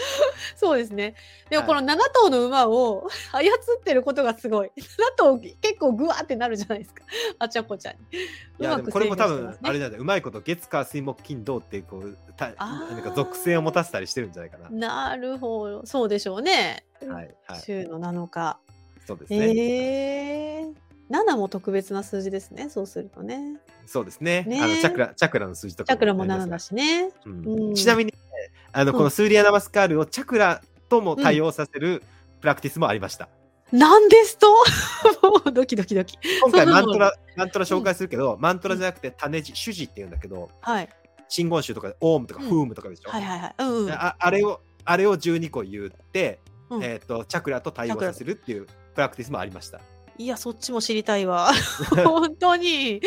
Speaker 1: そうですねでも
Speaker 2: は
Speaker 1: こ
Speaker 2: い
Speaker 1: の7頭の馬を 操ってることがすごい7頭結構グワーってなるじゃないですかあちゃこちゃに
Speaker 2: いやでもこれも多分あれ
Speaker 1: だ
Speaker 2: なんだようまいこと月火水木金土っていうこうた
Speaker 1: あー
Speaker 2: なんか属性を持たせたりしてるんじゃないかな。
Speaker 1: なるほどそうでしょうね、
Speaker 2: はいはい
Speaker 1: 週の7日
Speaker 2: そうです
Speaker 1: え
Speaker 2: ね。
Speaker 1: ー、7も特別な数字ですねそうするとね
Speaker 2: そうですね。
Speaker 1: ね
Speaker 2: あのチャクラチャクラの数字と
Speaker 1: チ
Speaker 2: か
Speaker 1: ャクラも
Speaker 2: あります
Speaker 1: 7
Speaker 2: が
Speaker 1: だしね
Speaker 2: うん
Speaker 1: うん
Speaker 2: ちなみにね、あの
Speaker 1: うん
Speaker 2: このスーリア・ナマスカールをチャクラとも対応させるプラクティスもありました。
Speaker 1: なんですと もうドキドキドキ
Speaker 2: 今回
Speaker 1: そうな
Speaker 2: マン
Speaker 1: の
Speaker 2: トラ、マントラ紹介するけど、マントラじゃなくて種字、主字って言うんだけど、
Speaker 1: はい
Speaker 2: 真言宗とかでオームとか
Speaker 1: うん
Speaker 2: フームとかでしょ。
Speaker 1: はいはいはいうんうん
Speaker 2: ああれを、あれを12個言って、
Speaker 1: うん
Speaker 2: えっと、チャクラと対応させるっていうプラクティスもありました。
Speaker 1: いや、そっちも知りたい わ。本当に。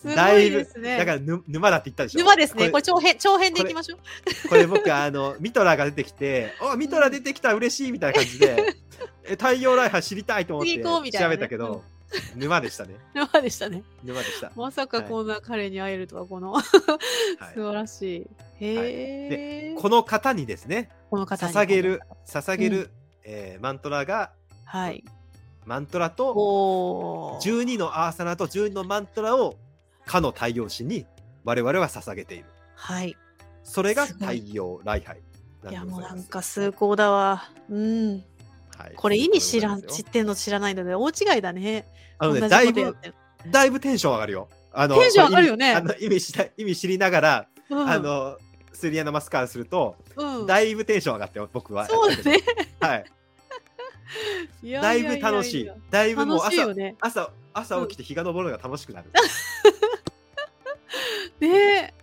Speaker 1: すご
Speaker 2: だい
Speaker 1: い
Speaker 2: ぶ、
Speaker 1: ですね。
Speaker 2: だからぬ沼だって言ったでしょ。
Speaker 1: 沼ですね。これ
Speaker 2: こ
Speaker 1: 長編、長編でいきましょう。
Speaker 2: れこれ僕、あの、ミトラが出てきて、おミトラ出てきた、嬉しいみたいな感じ で、え太陽礼拝知りたいと思って
Speaker 1: 次行こうみたい
Speaker 2: 調
Speaker 1: なね
Speaker 2: べたけど、沼でしたね。
Speaker 1: 沼でしたね。
Speaker 2: 沼でした。
Speaker 1: まさかこんな彼に会えるとは、この、素晴らしい。へえ、
Speaker 2: この方にですね、
Speaker 1: この方に
Speaker 2: 捧げる、捧げる、えーマントラが、
Speaker 1: はい。
Speaker 2: マントラと
Speaker 1: おお。
Speaker 2: 12のアーサナと12のマントラをかの太陽神に我々は捧げている。
Speaker 1: はい。
Speaker 2: それが
Speaker 1: すご
Speaker 2: 太
Speaker 1: い
Speaker 2: 陽礼拝なん
Speaker 1: い
Speaker 2: で
Speaker 1: や、
Speaker 2: ご
Speaker 1: もう
Speaker 2: ざい
Speaker 1: な
Speaker 2: ま
Speaker 1: ん
Speaker 2: す。
Speaker 1: か崇高だわ。うん。
Speaker 2: はい
Speaker 1: これ意味知らん、
Speaker 2: そういうこと
Speaker 1: 知
Speaker 2: で
Speaker 1: っってんの知らないので、大違いだね。
Speaker 2: ござい
Speaker 1: 同
Speaker 2: ますよあのね、だ
Speaker 1: じ
Speaker 2: い
Speaker 1: ことやっ
Speaker 2: ぶ、
Speaker 1: てる。
Speaker 2: だいぶテンション上がるよ。あの
Speaker 1: テンション上がるよね
Speaker 2: これ意味あの意味しない意味知りながら、
Speaker 1: うん
Speaker 2: あ、の、スリアのマスカーすると、
Speaker 1: うん
Speaker 2: だいぶテンション上がってよ、僕は。
Speaker 1: そうだね。
Speaker 2: はい。
Speaker 1: いや
Speaker 2: だいぶ楽しい。。だいぶもう
Speaker 1: 楽しい
Speaker 2: 朝
Speaker 1: よ、ね。
Speaker 2: 朝朝起きて日が昇るのが楽しくなる。
Speaker 1: ねえ。
Speaker 2: うん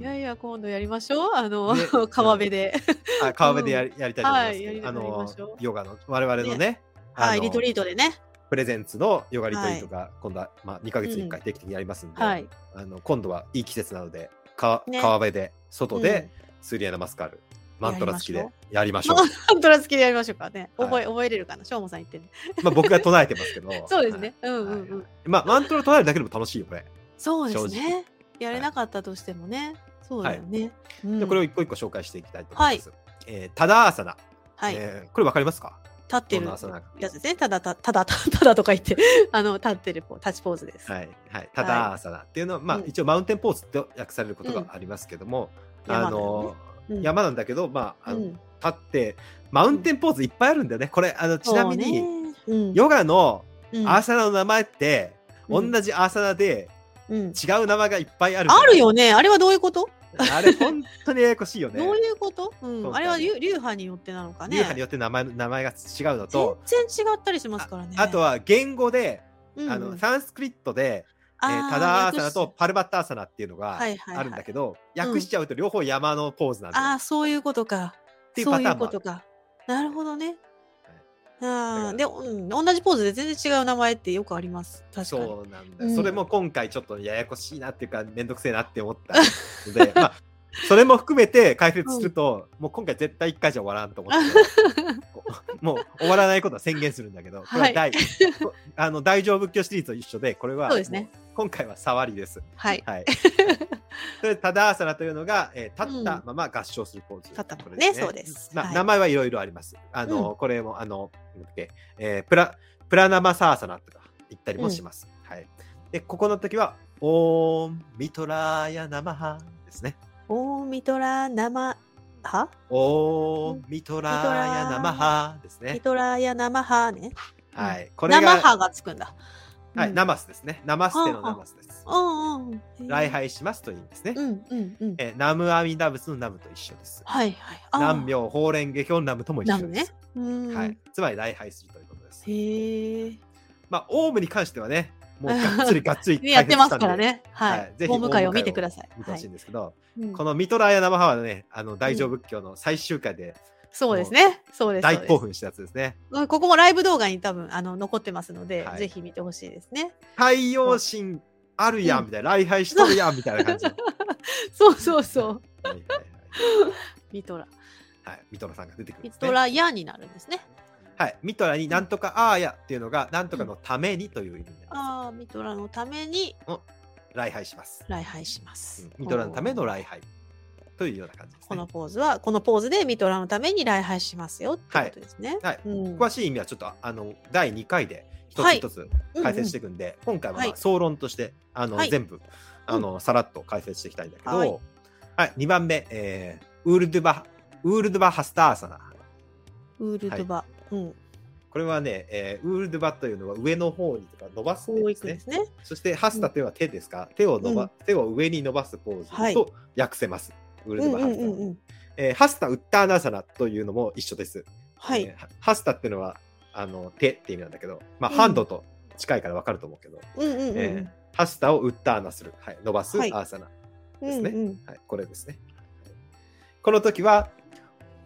Speaker 1: いやいや、今度やりましょう。あ の、
Speaker 2: ね
Speaker 1: 川辺で。
Speaker 2: あ川辺でやりやりたいと思
Speaker 1: は
Speaker 2: いますけど、
Speaker 1: いやり
Speaker 2: あ
Speaker 1: やりま
Speaker 2: の
Speaker 1: しょう
Speaker 2: ヨガの我々のねあの
Speaker 1: はい、リトリートでね。
Speaker 2: プレゼンツのヨガリトリートが今度は、まあ、2ヶ月に1回定期的にやりますんで、
Speaker 1: はい。
Speaker 2: あの今度はいい季節なので川,、
Speaker 1: ね
Speaker 2: 川辺で外で
Speaker 1: う、
Speaker 2: スリアナマスカルマントラ付きでやりまし
Speaker 1: ま
Speaker 2: ょう
Speaker 1: あ、ハントラ付きでやりましょうかね。
Speaker 2: はい
Speaker 1: 覚え、覚えれるかな、しょうもさん言ってね。
Speaker 2: まあ、僕が唱えてますけど
Speaker 1: そうですね。、う
Speaker 2: は
Speaker 1: ん
Speaker 2: い
Speaker 1: うん
Speaker 2: は
Speaker 1: う
Speaker 2: い
Speaker 1: ん。
Speaker 2: まあ、マントラ唱えるだけでも楽しいよこれ、
Speaker 1: そうです
Speaker 2: 正
Speaker 1: ね。やれなかったとしてもね。そうだよね。
Speaker 2: でこれを
Speaker 1: を。
Speaker 2: 一個一個紹介していきたいと思います、えータダアーサナ、
Speaker 1: はい。立
Speaker 2: えーこれわかりますか
Speaker 1: って
Speaker 2: ど
Speaker 1: る
Speaker 2: んなアーサナか
Speaker 1: やつですね。ただ、たただ、たただとか言って、 あの、立ってるポ、立ちポーズです。
Speaker 2: はいはい、タダアーサナっていうのは、まあ
Speaker 1: うん
Speaker 2: 一応マウンテンポーズって訳されることがありますけども、
Speaker 1: うん
Speaker 2: あの
Speaker 1: うん
Speaker 2: 山なんだけど、まあ、あ
Speaker 1: う
Speaker 2: の
Speaker 1: ん
Speaker 2: 立ってマウンテンポーズいっぱいあるんだよねこれあのちなみに、
Speaker 1: そうねうん
Speaker 2: ヨガの
Speaker 1: うん
Speaker 2: アーサナの名前って、
Speaker 1: うん
Speaker 2: 同じアーサナで
Speaker 1: うん
Speaker 2: 違う名前がいっぱいあるじゃん
Speaker 1: あるよねあれはどういうこと
Speaker 2: あれ本当にややこしいよね
Speaker 1: どういうこと、う
Speaker 2: 今
Speaker 1: ん、あれ
Speaker 2: 回
Speaker 1: は流流派によってなのかね
Speaker 2: 流派によって名前の名前が違うのと
Speaker 1: 全然違ったりしますからね
Speaker 2: あとは言語で、
Speaker 1: うん
Speaker 2: あのサンスクリットで、え
Speaker 1: あ
Speaker 2: ー
Speaker 1: ー
Speaker 2: タダアーサナ
Speaker 1: 訳
Speaker 2: と
Speaker 1: し
Speaker 2: パルバッタアーサナっていうのが
Speaker 1: はいはいはい
Speaker 2: あるんだけど、訳しちゃうと両方山のポーズなんだよ
Speaker 1: ああそういうことか
Speaker 2: っていう
Speaker 1: そ
Speaker 2: パ
Speaker 1: う
Speaker 2: タ
Speaker 1: い
Speaker 2: ー
Speaker 1: う
Speaker 2: ンも
Speaker 1: こ
Speaker 2: ある
Speaker 1: とかなるほどねあーで、
Speaker 2: だから
Speaker 1: うん、同じポーズで全然違う名前ってよくあります確かに
Speaker 2: そうなんだ
Speaker 1: う
Speaker 2: よ、
Speaker 1: ん
Speaker 2: それも今回ちょっとややこしいなっていうかめんどくせえなって思った のでまあそれも含めて解説すると、もう今回絶対1回じゃ終わらんと思ってるもう終わらないことは宣言するん だけどこれは大 こあの大乗仏教シリーズと一緒でこれは
Speaker 1: そうですね
Speaker 2: もう今回は触りです。
Speaker 1: はい
Speaker 2: はい、それでタダアーサナというのが、えー立ったまま合掌するポーズ、
Speaker 1: 立ったままね
Speaker 2: これ
Speaker 1: そうです
Speaker 2: まあ
Speaker 1: はい
Speaker 2: 名前はいろいろあります。あの、これもあのなんだっけ、えープラプラナマサーサナとか言ったりもします。はい。でここの時はオーンミトラーヤナマハですね。
Speaker 1: オーミトラ生は
Speaker 2: オーンミトラーヤナマハですね
Speaker 1: ミ。トラや生はね
Speaker 2: はい。これが
Speaker 1: 生はがつくんだ
Speaker 2: はい、
Speaker 1: うん
Speaker 2: ナマスですね。ナマステの
Speaker 1: はあはあ
Speaker 2: ナマスです。
Speaker 1: うんうんうん
Speaker 2: 礼拝しますという意味ですね。
Speaker 1: うんうんうん
Speaker 2: えーナムアミダブスのナムと一緒です。
Speaker 1: はいはいあー
Speaker 2: 南明法蓮華経ナムとも一緒です、
Speaker 1: ナムね
Speaker 2: は
Speaker 1: うん
Speaker 2: い、つまり礼拝するということです、
Speaker 1: へえ
Speaker 2: まあオウムに関してはねもうがっつりがっつり
Speaker 1: ね やってますからね。
Speaker 2: は
Speaker 1: はいい。
Speaker 2: ぜひ
Speaker 1: 法務会を見てください。
Speaker 2: 見て
Speaker 1: は
Speaker 2: ほしい
Speaker 1: い。
Speaker 2: んですけど、
Speaker 1: うん
Speaker 2: このミトラーヤナマハはねあの大乗仏教の最終回で
Speaker 1: そうですね。そうです。
Speaker 2: 大興
Speaker 1: そうで
Speaker 2: 奮したやつですね
Speaker 1: すうんここもライブ動画に多分あの残ってますので
Speaker 2: は、い
Speaker 1: ぜひ見てほしいですね。
Speaker 2: 太陽神あるやんみたいな、礼拝しとるやんみたいな感じの
Speaker 1: そうそうそう。
Speaker 2: はいはい
Speaker 1: ミトラ。
Speaker 2: はい、はい、ミトラさんが出てくるん
Speaker 1: ミ
Speaker 2: です、ね、
Speaker 1: トラヤになるんですね。
Speaker 2: はいミトラになんとかあーやっていうのがなんとかのためにという意味で
Speaker 1: ああ、ミトラのために
Speaker 2: 礼拝します、
Speaker 1: 礼拝しま
Speaker 2: う
Speaker 1: す
Speaker 2: ん。ミトラのための礼拝というような感じですね
Speaker 1: このポーズはこのポーズでミトラのために礼拝しますよってことですね。
Speaker 2: はい、
Speaker 1: うん
Speaker 2: 詳しい意味はちょっとあの第2回で一
Speaker 1: は
Speaker 2: つ
Speaker 1: い
Speaker 2: 一つ
Speaker 1: うんうん
Speaker 2: 解説していくんで、今回はまあ
Speaker 1: はい
Speaker 2: 総論としてあの、
Speaker 1: はい
Speaker 2: 全部あのさらっと解説していきたいんだけど、は
Speaker 1: はいい
Speaker 2: 2番目、えーウールドゥバウールドゥバハスターサナ
Speaker 1: ウールドバ。うん。
Speaker 2: これはね、えーウールドゥバというのは上の方にとか伸ばす
Speaker 1: こ
Speaker 2: 手
Speaker 1: う
Speaker 2: で
Speaker 1: い
Speaker 2: す
Speaker 1: くんで
Speaker 2: ね
Speaker 1: すね。
Speaker 2: そしてハスタというのは手ですか、手を伸ば、
Speaker 1: うん
Speaker 2: 手を上に伸ばすポー
Speaker 1: は
Speaker 2: ズ
Speaker 1: い
Speaker 2: と訳せます、ウール
Speaker 1: う
Speaker 2: ドゥ
Speaker 1: ん
Speaker 2: バ
Speaker 1: う
Speaker 2: ハ
Speaker 1: んう
Speaker 2: スタ、
Speaker 1: んうん。
Speaker 2: えーハスタウッターナーサナというのも一緒です
Speaker 1: は
Speaker 2: え
Speaker 1: い。
Speaker 2: ーはハスタっていうのはあの手って意味なんだけど、まあ、
Speaker 1: うん
Speaker 2: ハンドと近いから分かると思うけど、
Speaker 1: うんうんうんう
Speaker 2: えー
Speaker 1: ん。
Speaker 2: ハスタを打った穴する、はい、伸ばすア
Speaker 1: はい
Speaker 2: ーサナ、
Speaker 1: うん
Speaker 2: ですね
Speaker 1: うん
Speaker 2: はい、これですね。はいこの時は、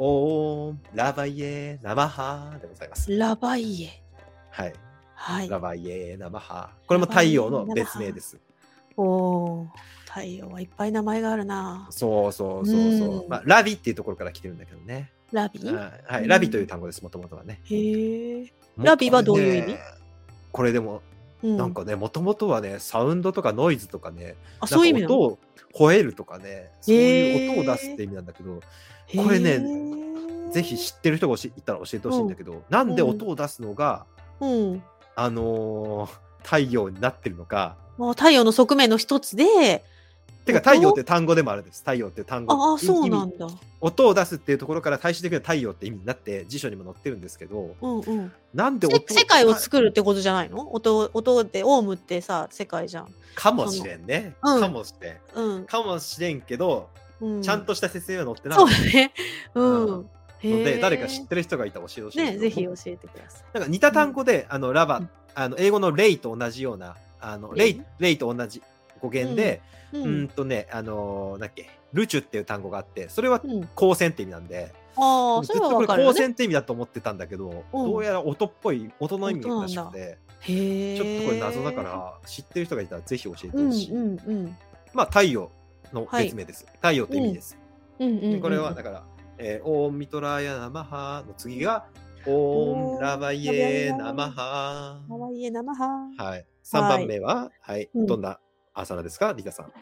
Speaker 2: オーンラバイエナマハでございます。
Speaker 1: ラバイエ。
Speaker 2: はい、
Speaker 1: はい
Speaker 2: ラ。バイエナマハこれも太陽の別名です。
Speaker 1: おお、太陽はいっぱい名前があるな。
Speaker 2: そうそうそうそう、
Speaker 1: うん
Speaker 2: まあ。ラビっていうところから来てるんだけどね。
Speaker 1: ラビ
Speaker 2: あは
Speaker 1: う
Speaker 2: い、
Speaker 1: ん
Speaker 2: ラビという単語です、もともとはね。
Speaker 1: へえ。ラビはどういう意味
Speaker 2: もこれねこれでも
Speaker 1: う
Speaker 2: なんかね、もともとはね、サウンドとかノイズとかね、
Speaker 1: あそういう意味
Speaker 2: なん
Speaker 1: な
Speaker 2: か
Speaker 1: の
Speaker 2: 音を吠えるとかね、そういう
Speaker 1: へ
Speaker 2: 音
Speaker 1: ー
Speaker 2: を出すって意味なんだけど、これねぜひ知ってる人が教えいたら教えてほしいんだけど、なんで音を出すのが、
Speaker 1: うん。
Speaker 2: あのー太陽になってるのか、
Speaker 1: もう太陽の側面の一つで、
Speaker 2: て
Speaker 1: 音
Speaker 2: か太陽って単語でもあるんです。太陽って単語。
Speaker 1: ああ、そうな
Speaker 2: 意味
Speaker 1: んだ。
Speaker 2: 音を出すっていうところから最終的には太陽って意味になって辞書にも載ってるんですけど、
Speaker 1: うんうん。
Speaker 2: なんで
Speaker 1: せ
Speaker 2: 音
Speaker 1: 世界を
Speaker 2: る
Speaker 1: 作るってことじゃないの？音音でオウムってさ、世界じゃん。
Speaker 2: かもしれんね。
Speaker 1: そのうん
Speaker 2: かもしれん。
Speaker 1: うん。
Speaker 2: かもしれんけど、
Speaker 1: うん、
Speaker 2: ちゃんとした説明は載ってない。
Speaker 1: そうだね。う
Speaker 2: うん
Speaker 1: ん。
Speaker 2: の
Speaker 1: へ
Speaker 2: で
Speaker 1: え
Speaker 2: 誰か知ってる人がいたら教えてほしい
Speaker 1: ね、
Speaker 2: んですけど
Speaker 1: ぜひ教えてください。
Speaker 2: なんか似た単語で、あのラバ
Speaker 1: うん
Speaker 2: あの英語のレイと同じようなあのレ
Speaker 1: レイ
Speaker 2: イレイと同じ語源で、
Speaker 1: う
Speaker 2: うん、
Speaker 1: ん。
Speaker 2: とねあのーなんだっけルチュっていう単語があってそれは
Speaker 1: うん、
Speaker 2: 光線って意味なんで、
Speaker 1: ああ、そ
Speaker 2: ずっ
Speaker 1: れは
Speaker 2: とこ
Speaker 1: わ
Speaker 2: れ
Speaker 1: かるよ
Speaker 2: 光
Speaker 1: ね。
Speaker 2: 線って意味だと思ってたんだけど、
Speaker 1: うん
Speaker 2: どうやら音っぽい音の意味らしくて、
Speaker 1: へえ。
Speaker 2: ちょっとこれ謎だか。ら知ってる人がいたらぜひ教えて
Speaker 1: うんう
Speaker 2: ほ
Speaker 1: ん
Speaker 2: しい、
Speaker 1: うん。
Speaker 2: まあ太陽の別名です、太陽って意味です、
Speaker 1: うんうんうんうん
Speaker 2: これはだから、えーオーンミトラヤナマハの次が、オーンラバイエナマハ。
Speaker 1: かわいい生は。
Speaker 2: はい。3番目は、はい。
Speaker 1: うん
Speaker 2: どんな朝ナですか、リタさん。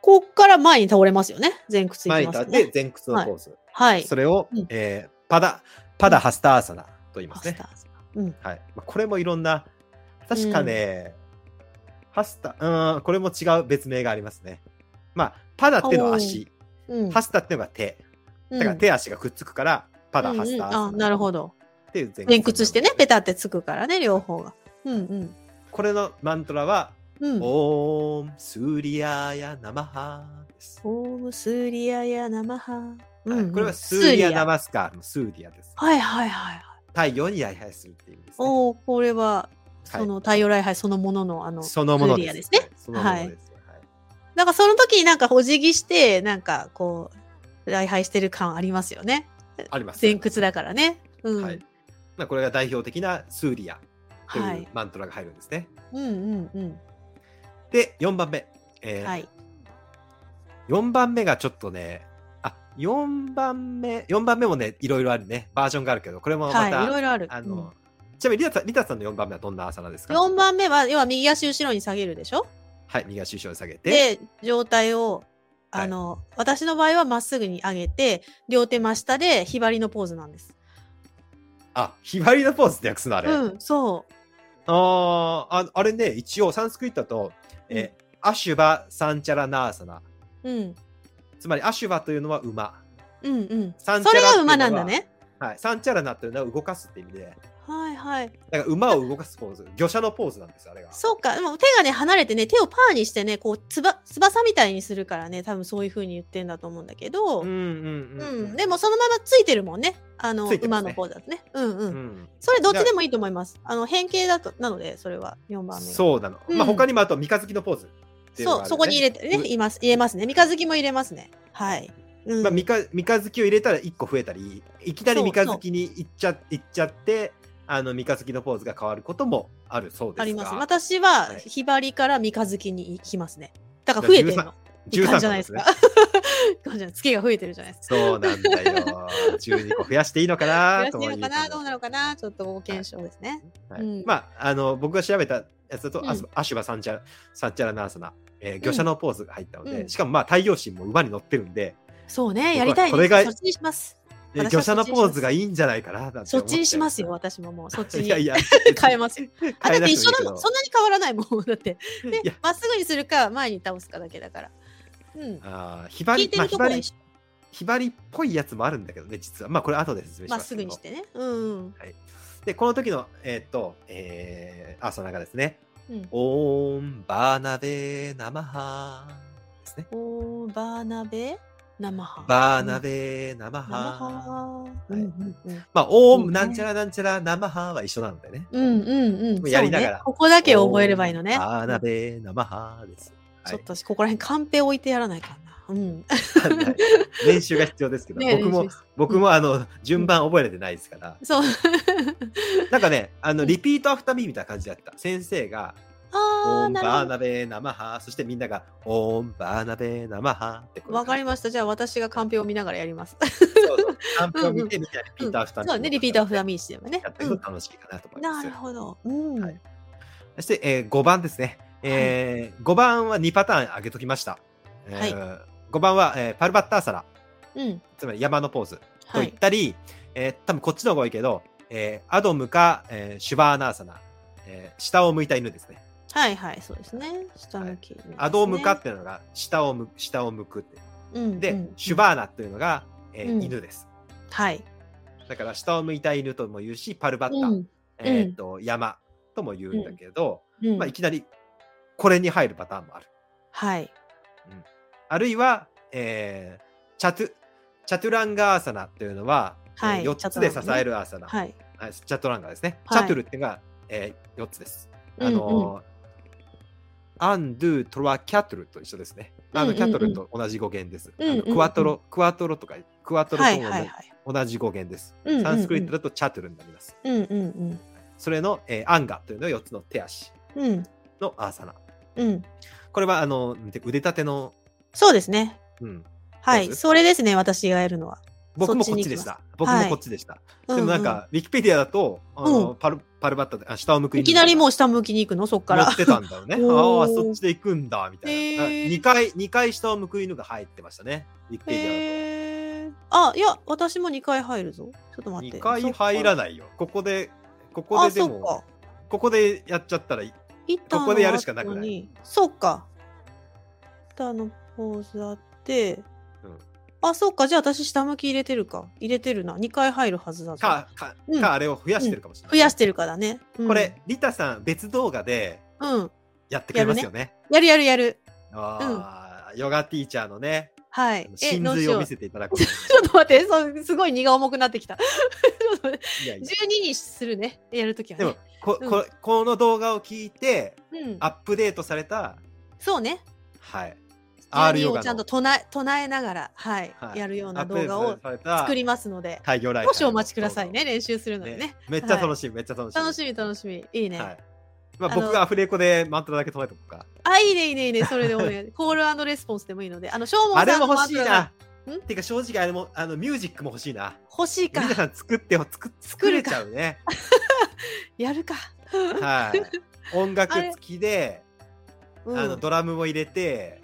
Speaker 1: ここから前に倒れますよね。前屈い
Speaker 2: 前
Speaker 1: き
Speaker 2: に
Speaker 1: ます
Speaker 2: 立
Speaker 1: よ
Speaker 2: っ
Speaker 1: ね。
Speaker 2: て前屈のポーズ。
Speaker 1: はい。
Speaker 2: それを、
Speaker 1: うん
Speaker 2: えーパダ、パダハスタアーサナと言います
Speaker 1: マス
Speaker 2: ね
Speaker 1: タ。ーズうん。
Speaker 2: はい。まあ、これもいろんな、確かね、ハスタ、うーん、これも違う別名がありますね。まあ、パダっていうのは足、
Speaker 1: うん。
Speaker 2: ハスタっていうのが手。だから手足がくっつくから、パダハスタアーサナ
Speaker 1: うんうんあ、なるほど。
Speaker 2: って前屈
Speaker 1: 前屈してね、ペタってつくからね、両方が。うんうん。
Speaker 2: これのマントラは、
Speaker 1: うん、オ
Speaker 2: オーンスリアやナマハです、
Speaker 1: ームスリアやナマハ。うん
Speaker 2: は
Speaker 1: う
Speaker 2: い
Speaker 1: ん
Speaker 2: これはスーリアナ
Speaker 1: マ
Speaker 2: マスカーのスーリアです。
Speaker 1: はいはいはいはい。
Speaker 2: 太陽に礼拝するっていう意味です、ね。
Speaker 1: おお、これは、
Speaker 2: はい
Speaker 1: その太陽礼拝そのものの、あの、
Speaker 2: そのもの
Speaker 1: スー
Speaker 2: で
Speaker 1: リア
Speaker 2: す。
Speaker 1: ですね。
Speaker 2: そのものです。はい
Speaker 1: なんかその時になんかお辞儀して、なんかこう、礼拝してる感ありますよね。
Speaker 2: あります。
Speaker 1: 前屈だからね。うん。
Speaker 2: はい。まあ、これが代表的なスーリアと
Speaker 1: は
Speaker 2: いう
Speaker 1: い
Speaker 2: マントラが入るんですね。
Speaker 1: うんうんうん。
Speaker 2: で、4番目。えー
Speaker 1: はい。
Speaker 2: 4番目がちょっとね、あ、4番目、4番目もね、いろいろあるね。バージョンがあるけど、これもまた、
Speaker 1: はい。いろいろある。
Speaker 2: あ
Speaker 1: うん
Speaker 2: の、ちなみにリタさん、リタさんの4番目はどんな朝なんですか
Speaker 1: 4番目は、要は右足後ろに下げるでしょ
Speaker 2: はい、右足後ろに下げて。
Speaker 1: で、上体を、
Speaker 2: はい
Speaker 1: あの、私の場合はまっすぐに上げて、両手真下で、ひばりのポーズなんです。
Speaker 2: あ、ひばりのポーズって訳すのあれ。
Speaker 1: うん、そう。
Speaker 2: あーあ、あれね、一応サンスクリットだと、えーアシュバ・サンチャラ・ナーサナ。
Speaker 1: うん、
Speaker 2: つまり、アシュバというのは馬。
Speaker 1: うん、うん。
Speaker 2: サンチ
Speaker 1: そ
Speaker 2: ャラ
Speaker 1: れ
Speaker 2: っていうのは
Speaker 1: が馬なんだね。
Speaker 2: はい、サンチャラナというのは動かすって意味で、
Speaker 1: はいはい。
Speaker 2: だから馬を動かすポーズ、魚車のポーズなんですよ、あれが。
Speaker 1: そうか。でも手がね、離れてね、手をパーにしてね、こう、つば、翼みたいにするからね、多分そういう風に言ってんだと思うんだけど、う
Speaker 2: う
Speaker 1: んん、
Speaker 2: うんうん、うん。
Speaker 1: でも、そのままついてるもんね。あの、
Speaker 2: ついてま
Speaker 1: 馬の
Speaker 2: すね
Speaker 1: ポーズだとね。うんう。
Speaker 2: うんん、
Speaker 1: それどっちでもいいと思います。あの、変形だと、なので、それは4番目が。
Speaker 2: そうなの。
Speaker 1: うん
Speaker 2: まあ、他にもあと、三日月のポーズっていうの
Speaker 1: そ
Speaker 2: があるよね、
Speaker 1: う、そこに入れてね、
Speaker 2: う
Speaker 1: います、入れますね。三日月も入れますね。はい。うん
Speaker 2: まあ、三日三日月を入れたら1個増えたり、いきなり三日月に行っちゃ行っちゃって、あの三日月のポーズが変わることもあるそうですが。
Speaker 1: あります。
Speaker 2: ま
Speaker 1: 私は
Speaker 2: はい
Speaker 1: ひばりから三日月に行きますね。だから増えてるの。いかんじゃないですか。いかんじゃない 月が増えてるじゃないですか。
Speaker 2: そうなんだよ。12個増やしていいの
Speaker 1: 増
Speaker 2: かな
Speaker 1: やし
Speaker 2: と
Speaker 1: て
Speaker 2: も
Speaker 1: る
Speaker 2: 言
Speaker 1: の
Speaker 2: う
Speaker 1: かなどうなの
Speaker 2: の
Speaker 1: かなちょっとご検証ですね。
Speaker 2: はい
Speaker 1: うん
Speaker 2: まあ、あの、僕が調べたやつだと、
Speaker 1: うん
Speaker 2: アスアシュバサンチャラ、サンチャラナーサナ、えー魚車のポーズが入ったので、
Speaker 1: うん
Speaker 2: しかもまあ、太陽神も馬に乗ってるんで、
Speaker 1: そう
Speaker 2: 僕は
Speaker 1: ね、やりたいね。
Speaker 2: これが
Speaker 1: そっちにします。
Speaker 2: え
Speaker 1: 私は
Speaker 2: 魚車のポーズがいいんじゃないかななんて
Speaker 1: そ
Speaker 2: 思
Speaker 1: っちにします よ、。私ももう。そっち
Speaker 2: い
Speaker 1: に
Speaker 2: やいや、
Speaker 1: 変えますよ。あ、だって一緒だもん。そ
Speaker 2: そ
Speaker 1: んなに変わらないもん。だって。
Speaker 2: いや
Speaker 1: ね、まっすぐにするか、前に倒すかだけだから。うん。
Speaker 2: あーひば
Speaker 1: 聞
Speaker 2: り
Speaker 1: い、て
Speaker 2: まあ、
Speaker 1: る
Speaker 2: ひ
Speaker 1: とこ
Speaker 2: ば
Speaker 1: ろ
Speaker 2: り
Speaker 1: で、しょ
Speaker 2: ひばりっぽいやつもあるんだけどね、実は。まあ、これ後で説明し
Speaker 1: まっ
Speaker 2: ます
Speaker 1: す
Speaker 2: け
Speaker 1: ぐ
Speaker 2: ど。
Speaker 1: にしてね。うん。
Speaker 2: で、この時の、えーっと、えー、朝長ですね。
Speaker 1: うん。
Speaker 2: オーンバーナベナマハですね。
Speaker 1: おーバーナベ生ハ
Speaker 2: バーナベナマ
Speaker 1: 生
Speaker 2: ハ。
Speaker 1: ハ
Speaker 2: ー
Speaker 1: うんうん
Speaker 2: まあ、オ
Speaker 1: いい
Speaker 2: ーン
Speaker 1: ね
Speaker 2: なんちゃらなんちゃらナマハは一緒なんだよね。
Speaker 1: うんうんうん
Speaker 2: やりながら
Speaker 1: そうねここだけ覚えればいいの
Speaker 2: オ
Speaker 1: ね
Speaker 2: ーンバーナベナマハです。
Speaker 1: ちょっと私ここら辺カンペ置いてやらないかなうん
Speaker 2: はい 練習が必要ですけど、
Speaker 1: ね
Speaker 2: 僕も
Speaker 1: 練習し
Speaker 2: 僕もあの順番覚えれてないですから、
Speaker 1: そう
Speaker 2: なんかねあのリピートアフターミーみたいな感じだった先生が「
Speaker 1: あ
Speaker 2: オ
Speaker 1: あ
Speaker 2: ン
Speaker 1: な
Speaker 2: バー
Speaker 1: る
Speaker 2: ナベナマハ」そしてみんなが「オンバーナベナマハ」って
Speaker 1: ほどわかり
Speaker 2: ま
Speaker 1: ましたじゃあ私がカンペを見ながらやります
Speaker 2: すそうそうカンペを見てみたいなリピートアフターミー
Speaker 1: そうねリピートアフターミーしてればね
Speaker 2: やって
Speaker 1: う
Speaker 2: いく
Speaker 1: ん
Speaker 2: と楽しいかなと思いま
Speaker 1: な
Speaker 2: す
Speaker 1: る
Speaker 2: よ、
Speaker 1: ほどうん
Speaker 2: はいそして、えー、5番ですね、えー、5番は2パターン上げときました、えー5番は、えーパルバッターサラ
Speaker 1: うん
Speaker 2: つまり山のポーズと
Speaker 1: は
Speaker 2: 言っ
Speaker 1: い
Speaker 2: たり、えー多分こっちの方が多いけど、えーアドムか、えーシュバーナーサナ、えー下を向いた犬ですね。
Speaker 1: はいはいそうですね下向きにですね
Speaker 2: アドムカっていうのが下を向下を向くって。
Speaker 1: うん
Speaker 2: で、
Speaker 1: うん
Speaker 2: シュバーナっていうのが、えー
Speaker 1: うん
Speaker 2: 犬です。
Speaker 1: はい
Speaker 2: だから下を向いた犬とも言うし、パルバッタ、
Speaker 1: うん
Speaker 2: えーっと山とも言うんだけど、
Speaker 1: うん
Speaker 2: まあ、いきなりこれに入るパターンもある。
Speaker 1: はい
Speaker 2: あるいは、えーチャトゥチャトゥランガーサナというのは、
Speaker 1: はい
Speaker 2: え4つで支えるアーサナ。
Speaker 1: はい
Speaker 2: はいチャットランガーですね。
Speaker 1: はい
Speaker 2: チャトゥルっていうのが、えー、4つです。
Speaker 1: うん
Speaker 2: あのーアンドゥトロワキャトルと一緒ですね。あの
Speaker 1: うんうん
Speaker 2: キ
Speaker 1: うん
Speaker 2: ャトルと同じ語源です。あ
Speaker 1: うん
Speaker 2: の
Speaker 1: うんうん
Speaker 2: クワトロ、クワトロとか、クワトロ
Speaker 1: は
Speaker 2: と
Speaker 1: い
Speaker 2: も
Speaker 1: はいはい
Speaker 2: 同じ語源です。
Speaker 1: うんうんうん
Speaker 2: サンスクリットだとチャトゥルになります。
Speaker 1: うんうんうん
Speaker 2: それの、えーアンガというのが4つの手足
Speaker 1: うん
Speaker 2: のアーサナ。
Speaker 1: うん
Speaker 2: これはあのなんて腕立ての、
Speaker 1: そうですね
Speaker 2: うん、
Speaker 1: は
Speaker 2: どう
Speaker 1: い
Speaker 2: ぞ
Speaker 1: それですね私がやるのは
Speaker 2: 僕もこっちでした。僕もこっちでした。
Speaker 1: う
Speaker 2: でもなんか、ウィキペディアだと、あの
Speaker 1: う
Speaker 2: パルパルバッタであ下を向く
Speaker 1: いきなりも
Speaker 2: う
Speaker 1: う下向きに行くのそっか
Speaker 2: 乗
Speaker 1: ら。
Speaker 2: ってたんだよね
Speaker 1: おー
Speaker 2: ああ、そっちで行くんだ、みたいな。
Speaker 1: へー
Speaker 2: 2回、二回下を向く犬が入ってましたね。ウィキペディ
Speaker 1: へーあいや私も2回入るぞちょっと
Speaker 2: ア
Speaker 1: 待って
Speaker 2: 2回入ら
Speaker 1: ない
Speaker 2: ないよ。ここで、ここでで
Speaker 1: あそっ
Speaker 2: も
Speaker 1: か、
Speaker 2: ここでやっちゃったら、い
Speaker 1: 板の
Speaker 2: ここでやるしかなくない
Speaker 1: 後にそっか板のポーズあって、
Speaker 2: うん
Speaker 1: あ、そうか。じゃあ私下向き入れてるか。入れてるな。2回入るはずだぞ。
Speaker 2: か、か、
Speaker 1: うん
Speaker 2: かあれを増やしてるかもしれな
Speaker 1: 増
Speaker 2: い。
Speaker 1: やしてるからね。うん
Speaker 2: これ、リタさん、別動画で
Speaker 1: うん。
Speaker 2: やってくれますよね。
Speaker 1: やるやるやる。
Speaker 2: ああ、ヨガティーチャーのね、
Speaker 1: はい。え、
Speaker 2: 真
Speaker 1: どうし
Speaker 2: 髄
Speaker 1: よ
Speaker 2: を
Speaker 1: う。
Speaker 2: 見
Speaker 1: ち
Speaker 2: せていただこうと思います。
Speaker 1: ょっと待って、そうすごい荷が重くなってきた。ちょっと待って
Speaker 2: いやいや
Speaker 1: 12にするね。やるときは
Speaker 2: でも
Speaker 1: ね。
Speaker 2: こ、
Speaker 1: うん
Speaker 2: こ、この動画を聞いて、
Speaker 1: うん
Speaker 2: ア。ップデートされた、
Speaker 1: そうね。
Speaker 2: はい。R ヨ
Speaker 1: 12を
Speaker 2: ガ
Speaker 1: ちゃん
Speaker 2: の
Speaker 1: と唱え唱えながら、はい
Speaker 2: は。い
Speaker 1: やるよう
Speaker 2: ア
Speaker 1: な
Speaker 2: ップデ
Speaker 1: 動
Speaker 2: ー
Speaker 1: 画
Speaker 2: ト
Speaker 1: を
Speaker 2: された
Speaker 1: 作りますので、
Speaker 2: 太陽ライ
Speaker 1: 少しお待ちくださいね。練習するので
Speaker 2: ね
Speaker 1: ね。
Speaker 2: めっちゃ楽しい、めっちゃ楽しい。
Speaker 1: 楽しみ楽しみ。いいね。
Speaker 2: はい。まあ、
Speaker 1: あの
Speaker 2: 僕がアフレコでマントラだけ唱えておくか。
Speaker 1: あ、いいね、いいね、いいね、それでも ね、コールレスポンスでもいいので、あの、しょうも
Speaker 2: あ
Speaker 1: ん
Speaker 2: れ
Speaker 1: さん
Speaker 2: も
Speaker 1: の
Speaker 2: 欲しいな。
Speaker 1: ん
Speaker 2: てか正直あれも、あの、ミュージックも欲しいな。
Speaker 1: 欲しい
Speaker 2: リ
Speaker 1: か、
Speaker 2: ナさん作って、作作れちゃうね。
Speaker 1: やるか。
Speaker 2: はい。音楽付きで、
Speaker 1: うん、
Speaker 2: あの、ドラムも入れて、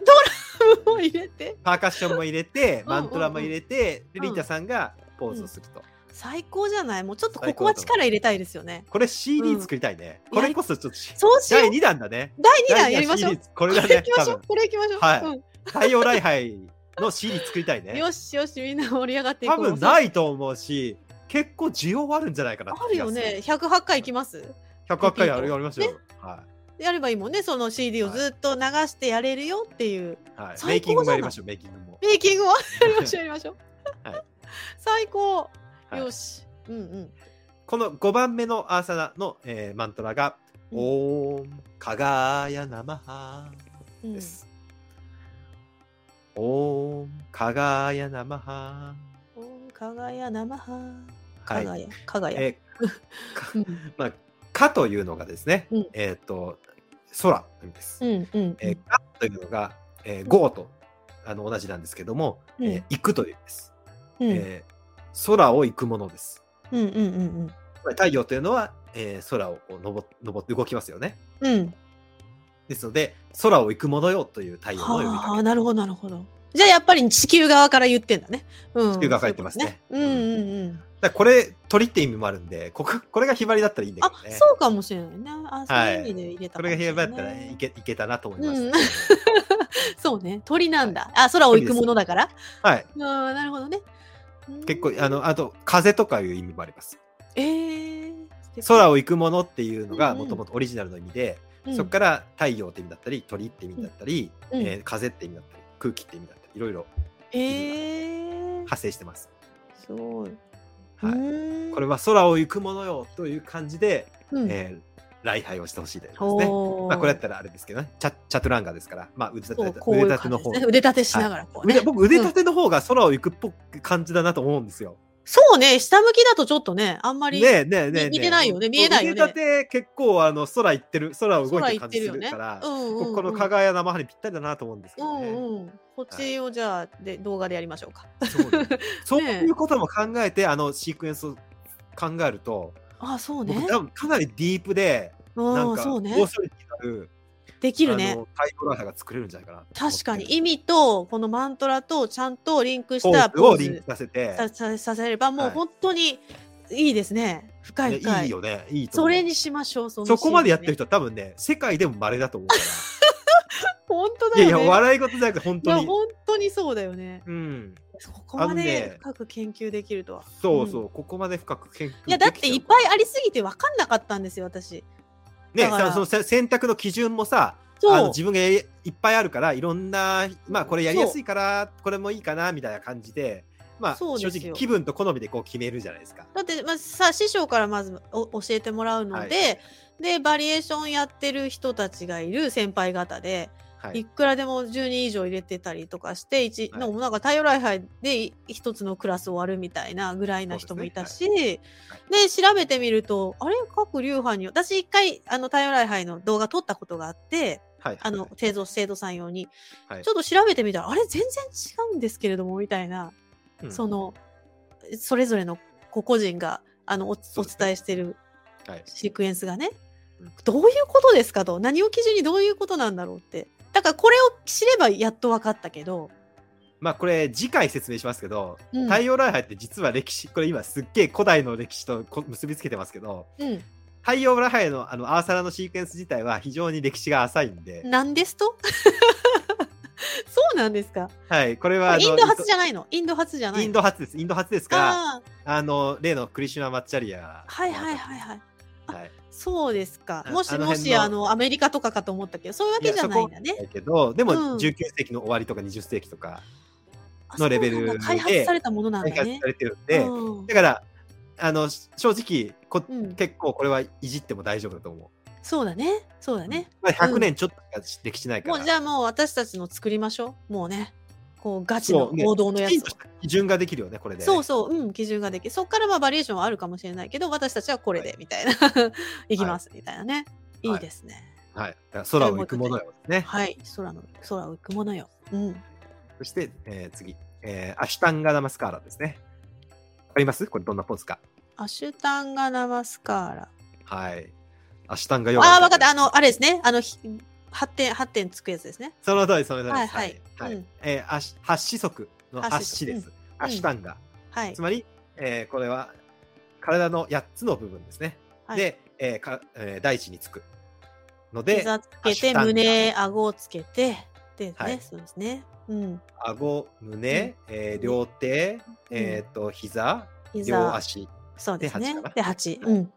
Speaker 1: を入れて。
Speaker 2: パーカッションも入れて、
Speaker 1: うん
Speaker 2: マントラも入れて、
Speaker 1: う
Speaker 2: で
Speaker 1: ん
Speaker 2: リータさんがポーズをすると。
Speaker 1: 最高じゃないもうちょっとこ
Speaker 2: 最
Speaker 1: こ
Speaker 2: 高だ
Speaker 1: は
Speaker 2: と思う
Speaker 1: 力入れたいですよね。
Speaker 2: これ CD 作りたいね。
Speaker 1: うん
Speaker 2: これこそちょっと、
Speaker 1: そうしよ
Speaker 2: 第
Speaker 1: う。
Speaker 2: 2弾だね。
Speaker 1: 第2弾やり ましょう。
Speaker 2: 第
Speaker 1: こ
Speaker 2: 二弾
Speaker 1: れ
Speaker 2: CD これだ
Speaker 1: 行
Speaker 2: ね
Speaker 1: き、ま
Speaker 2: 多
Speaker 1: しょう
Speaker 2: 分。。
Speaker 1: これ行きましょう。
Speaker 2: はい
Speaker 1: うん
Speaker 2: 太陽礼拝の CD 作りたいね。
Speaker 1: よしよし、みんな盛り上がっていこ
Speaker 2: 多
Speaker 1: う。
Speaker 2: 分ないと思うし、結構需要あるんじゃないかなって
Speaker 1: ある
Speaker 2: 気が
Speaker 1: よ
Speaker 2: する。
Speaker 1: ね。108回いきます
Speaker 2: 108回や
Speaker 1: リピート
Speaker 2: るやりましょうよ。は
Speaker 1: やればいいもんね。その CD をずっと流してやれるよっていう。
Speaker 2: い。はい、メイ
Speaker 1: 最
Speaker 2: キ
Speaker 1: 高
Speaker 2: ングも
Speaker 1: じゃ
Speaker 2: や
Speaker 1: ない
Speaker 2: りましょう、メイキングも。
Speaker 1: メイキングはやりましょう、やりましょう。
Speaker 2: はい
Speaker 1: 最高。
Speaker 2: はい
Speaker 1: よし。うんうん。
Speaker 2: この5番目のアーサナの、えーマントラが、
Speaker 1: うん
Speaker 2: オーン、かがやなまは
Speaker 1: うん
Speaker 2: です。オーン、かがやなまは。
Speaker 1: かがや生は。
Speaker 2: は
Speaker 1: か
Speaker 2: い。
Speaker 1: がや。かがや。
Speaker 2: えー
Speaker 1: う
Speaker 2: か
Speaker 1: ん
Speaker 2: まあ、かというのがですね、
Speaker 1: うん
Speaker 2: えっ、と、空です。
Speaker 1: うんうんうん。
Speaker 2: えーかというのが、えー、go とあの同じなんですけども、
Speaker 1: うん
Speaker 2: えー行くという意味です。
Speaker 1: うん
Speaker 2: えー空を行くものです。
Speaker 1: うんうんうん
Speaker 2: つまり太陽というのは、えー空をこう登登って動きますよね。
Speaker 1: うん。うん。
Speaker 2: ですので、空を行くものよという太陽の呼びかけ。
Speaker 1: はあ、なるほどなるほど。じゃあやっぱり地球側から言ってんだね。うん、
Speaker 2: 地球側から言ってますね
Speaker 1: そういうことねうんうんうん。
Speaker 2: だからこれ、鳥って意味もあるんで、こここれがひばりだったらいいんだ
Speaker 1: あ
Speaker 2: け、どね。
Speaker 1: そうかもしれないね。あ、そう
Speaker 2: はい
Speaker 1: いう意味で入れた
Speaker 2: こ
Speaker 1: かも
Speaker 2: れ
Speaker 1: し
Speaker 2: がひ
Speaker 1: れな
Speaker 2: ば
Speaker 1: い
Speaker 2: りだったらいけいけたなと思います。
Speaker 1: うんそうね。鳥なんだ。あ、空を行くものだから。
Speaker 2: はい。
Speaker 1: うん、なるほどね。うん
Speaker 2: 結構、あの、あと、風とかいう意味もあります。
Speaker 1: えー、
Speaker 2: 空
Speaker 1: を、
Speaker 2: を行くものっていうの
Speaker 1: う
Speaker 2: が
Speaker 1: んう
Speaker 2: も
Speaker 1: ん
Speaker 2: ともとオリジナルの意味で、
Speaker 1: うん
Speaker 2: そこから太陽って意味だったり、鳥って意味だったり、
Speaker 1: うん
Speaker 2: えー風って意味だったり、空気って意味だったり、いろいろ
Speaker 1: えー、
Speaker 2: 派生してます。
Speaker 1: すごい。
Speaker 2: はいう
Speaker 1: ーん
Speaker 2: これは空を行くものよという感じで、
Speaker 1: うん
Speaker 2: えー礼拝をしてほしいですね。
Speaker 1: おー
Speaker 2: まあ、これだったらあれですけどね、チャチャトランガですから、まあ、腕立て
Speaker 1: そうこうい
Speaker 2: 腕
Speaker 1: う
Speaker 2: 立ての方
Speaker 1: 感じですね腕立てしながらこうね、
Speaker 2: 腕僕、腕立ての方が空を行くっぽく感じだなと思うんですよ。
Speaker 1: そうね下向きだとちょっとねあんま
Speaker 2: ね
Speaker 1: り、
Speaker 2: えねえねええ。
Speaker 1: 見てないよね見えないよね
Speaker 2: 腕立て結構あの空行ってる、空を動いてる感じす
Speaker 1: 空行って
Speaker 2: る
Speaker 1: るよね
Speaker 2: から、
Speaker 1: うんうんうん
Speaker 2: ここの加賀や生ハにぴったりだなと思うんですけ
Speaker 1: う
Speaker 2: どね。
Speaker 1: んうんこっちをじゃあで動画でやりましょうか
Speaker 2: そうだねそういうことも考えて、あのシークエンスを考えると、
Speaker 1: あそうね
Speaker 2: 僕多分かなりディープで、な
Speaker 1: うんん
Speaker 2: か、
Speaker 1: そう
Speaker 2: オ
Speaker 1: ね
Speaker 2: ーソリティのある、
Speaker 1: できるね
Speaker 2: あの太陽ライハが作れるんじゃないかなと思って。
Speaker 1: 確かに意味とこのマントラとちゃんとリンクし
Speaker 2: ポ
Speaker 1: た
Speaker 2: ーズ
Speaker 1: ポ
Speaker 2: を
Speaker 1: ー
Speaker 2: リンク
Speaker 1: ズ
Speaker 2: させて、
Speaker 1: さささせればも
Speaker 2: は
Speaker 1: う
Speaker 2: い
Speaker 1: 本当にいいですね深い
Speaker 2: ね
Speaker 1: 深い
Speaker 2: いいよね、いいと
Speaker 1: そ
Speaker 2: 思
Speaker 1: うれにしましょうその
Speaker 2: そこまでやってる
Speaker 1: 人
Speaker 2: 人は多分ね、世界でも稀だと思うか
Speaker 1: 本当
Speaker 2: ら。
Speaker 1: だよ
Speaker 2: いや
Speaker 1: ね
Speaker 2: いや、笑い事じゃなくて、
Speaker 1: い
Speaker 2: 本
Speaker 1: や
Speaker 2: 当に。
Speaker 1: 本当にそうだよね
Speaker 2: うん。
Speaker 1: そこま
Speaker 2: あの
Speaker 1: で
Speaker 2: ね
Speaker 1: 深く研究できるとは
Speaker 2: そうそう、ここまで深く研究
Speaker 1: いやだっていっぱい
Speaker 2: い
Speaker 1: ありすぎて分かんなかったんですよ私。
Speaker 2: ね、
Speaker 1: だから
Speaker 2: さそのせ選択の基準もさ、あの
Speaker 1: そう
Speaker 2: 自分がやりいっぱいあるから、いろんな、まあ、これやりやすいから、これもいいかな、みたいな感じで、まあ、
Speaker 1: そ
Speaker 2: 正
Speaker 1: うですよ
Speaker 2: 直、気分と好みでこう決めるじゃないですか。
Speaker 1: だって、まあ、さ師匠からまずお教えてもらうので、でバリエーションやってる人たちがいる先輩方で、、
Speaker 2: はいい。
Speaker 1: くらでも10人以上入れてたりとかして一、
Speaker 2: はい
Speaker 1: なんかなんか太陽礼拝でい一つのクラス終わるみたいなぐらいな人もいたしで,、調べてみるとあれ各流派に私一回あの太陽礼拝の動画撮ったことがあって
Speaker 2: はい。
Speaker 1: あの生徒生徒さん用に、
Speaker 2: はい
Speaker 1: ちょっと調べてみたらあれ全然違うんですけれどもみたいな。
Speaker 2: うん
Speaker 1: そのそれぞれの個々人があのおお
Speaker 2: そうですね
Speaker 1: 伝えしてる
Speaker 2: はい
Speaker 1: シークエンスがね
Speaker 2: うん
Speaker 1: どういうことですかと何を基準にどういうことなんだろうってだからこれを知ればやっと分かったけど
Speaker 2: まあ、これ、次回説明しますけど、
Speaker 1: うん
Speaker 2: 太陽礼拝って実は歴史、これ今すっげえ古代の歴史とこ結びつけてますけど、
Speaker 1: うん
Speaker 2: 太陽礼拝のあのアーサラのシークエンス自体は非常に歴史が浅いんで、
Speaker 1: 何ですと そうなんですか
Speaker 2: はい、これはあの
Speaker 1: インド発じゃないのインド発じゃない
Speaker 2: インド発です。インド発ですから、
Speaker 1: あー
Speaker 2: あの例のクリシュナマッチャリア。
Speaker 1: はいはいはいはい。あ
Speaker 2: はい。
Speaker 1: そうですか。
Speaker 2: あ
Speaker 1: もし
Speaker 2: あの
Speaker 1: も
Speaker 2: 辺
Speaker 1: し
Speaker 2: の
Speaker 1: あのアメリカとかかと思ったけど、そういうわけじゃないんだね。
Speaker 2: だけど、でも
Speaker 1: うん
Speaker 2: 19世紀の終わりとか20世紀とか
Speaker 1: あ
Speaker 2: のレベル
Speaker 1: そうなんだ開
Speaker 2: で
Speaker 1: 発されたものなん
Speaker 2: 開
Speaker 1: だ
Speaker 2: 発
Speaker 1: ね
Speaker 2: さ。れてるんで、
Speaker 1: うん
Speaker 2: だからあのし正直こ
Speaker 1: うん、
Speaker 2: 結構これはいじっても大丈夫だと思
Speaker 1: そうだね。そうだ
Speaker 2: う。
Speaker 1: ね。
Speaker 2: まあ、100年ちょっとしか歴史ないか
Speaker 1: も
Speaker 2: ら。
Speaker 1: うじゃあもう私たちの作りましょう。もうね。こうガチ
Speaker 2: そ
Speaker 1: の
Speaker 2: うね
Speaker 1: 王道のや
Speaker 2: きちん
Speaker 1: つ
Speaker 2: と
Speaker 1: を
Speaker 2: した基準ができるよね、これでね。
Speaker 1: そうそう、うん、基準ができる。そこからまあバリエーションはあるかもしれないけど、私たちはこれで、みたいな。 いきます、みたいなね。いいですね。
Speaker 2: はい。だから空を行くものよですね。
Speaker 1: はい、空の、空を行くものよ。うん。
Speaker 2: そして、えー次、えーアシュタンガナマスカーラですね。わかりますこれどんなポーズか。
Speaker 1: アシュタンガナマスカーラ。
Speaker 2: はい。アシュタンガヨガ。
Speaker 1: ああ、わかった。あの、あれですね。あの、ひ発展、発展つくやつですね。
Speaker 2: その通り、その通りです。
Speaker 1: はいはい
Speaker 2: はい。
Speaker 1: うん
Speaker 2: えー、足八子足の
Speaker 1: 八子足
Speaker 2: 八子です。アシュタンガ。
Speaker 1: はい
Speaker 2: つ。まり、えーこれは体の8つの部分ですね。
Speaker 1: はい
Speaker 2: で、えーかえー大地につく。ので、
Speaker 1: 膝つ
Speaker 2: ア
Speaker 1: け
Speaker 2: シュ
Speaker 1: て、
Speaker 2: タンガ
Speaker 1: 胸、顎をつけて、で
Speaker 2: は
Speaker 1: ね
Speaker 2: い、
Speaker 1: そうですね。うん。
Speaker 2: 顎、胸、えー両手、えっと、膝、両
Speaker 1: 膝、
Speaker 2: 足。
Speaker 1: そうですね
Speaker 2: で八かな。
Speaker 1: で、八。うん。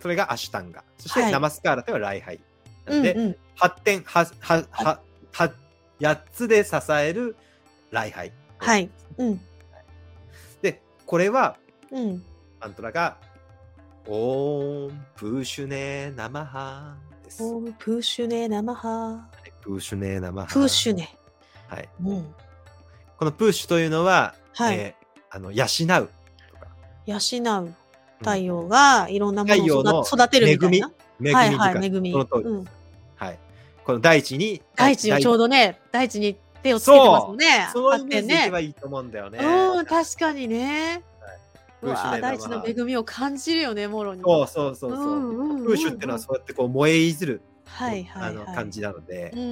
Speaker 2: それがアシュタンガ。そして、
Speaker 1: はい
Speaker 2: ナマスカーラというのは礼拝。な
Speaker 1: う
Speaker 2: の
Speaker 1: ん
Speaker 2: で、
Speaker 1: うん。
Speaker 2: 発展はははは8つで支える礼拝
Speaker 1: はい。うん。
Speaker 2: でこれは
Speaker 1: うん。
Speaker 2: アントラが「オーンプーシュネーナマハ」です
Speaker 1: オームプーシュネナマハ。
Speaker 2: プーシュネーナマハ
Speaker 1: プーシュネ。
Speaker 2: はい、
Speaker 1: うん。
Speaker 2: このプーシュというのは、
Speaker 1: はい
Speaker 2: えーあの養うとか
Speaker 1: 養う太陽がいろんなも
Speaker 2: 太陽
Speaker 1: の
Speaker 2: の
Speaker 1: を育育てるみたいな。
Speaker 2: 恵み深
Speaker 1: はいはい、恵み。
Speaker 2: その通りです、
Speaker 1: うん
Speaker 2: はい、この大地に
Speaker 1: 大地をちょう
Speaker 2: ど
Speaker 1: どね、大地に手をつけてますもんね。
Speaker 2: そのイ
Speaker 1: 発
Speaker 2: メー
Speaker 1: 展
Speaker 2: ジでいけ
Speaker 1: ね。
Speaker 2: ばいいと思うんだよね。
Speaker 1: うん、確かにね。う
Speaker 2: プーシュ
Speaker 1: わ
Speaker 2: ネ
Speaker 1: あ
Speaker 2: ーナマハ
Speaker 1: 大地の恵みを感じるよね、もろに。
Speaker 2: そうそうそうそう。
Speaker 1: んんん
Speaker 2: プーシュっていうのはそうやってこう燃えいずる
Speaker 1: はいはい、はい、
Speaker 2: あの感じなので、
Speaker 1: うんう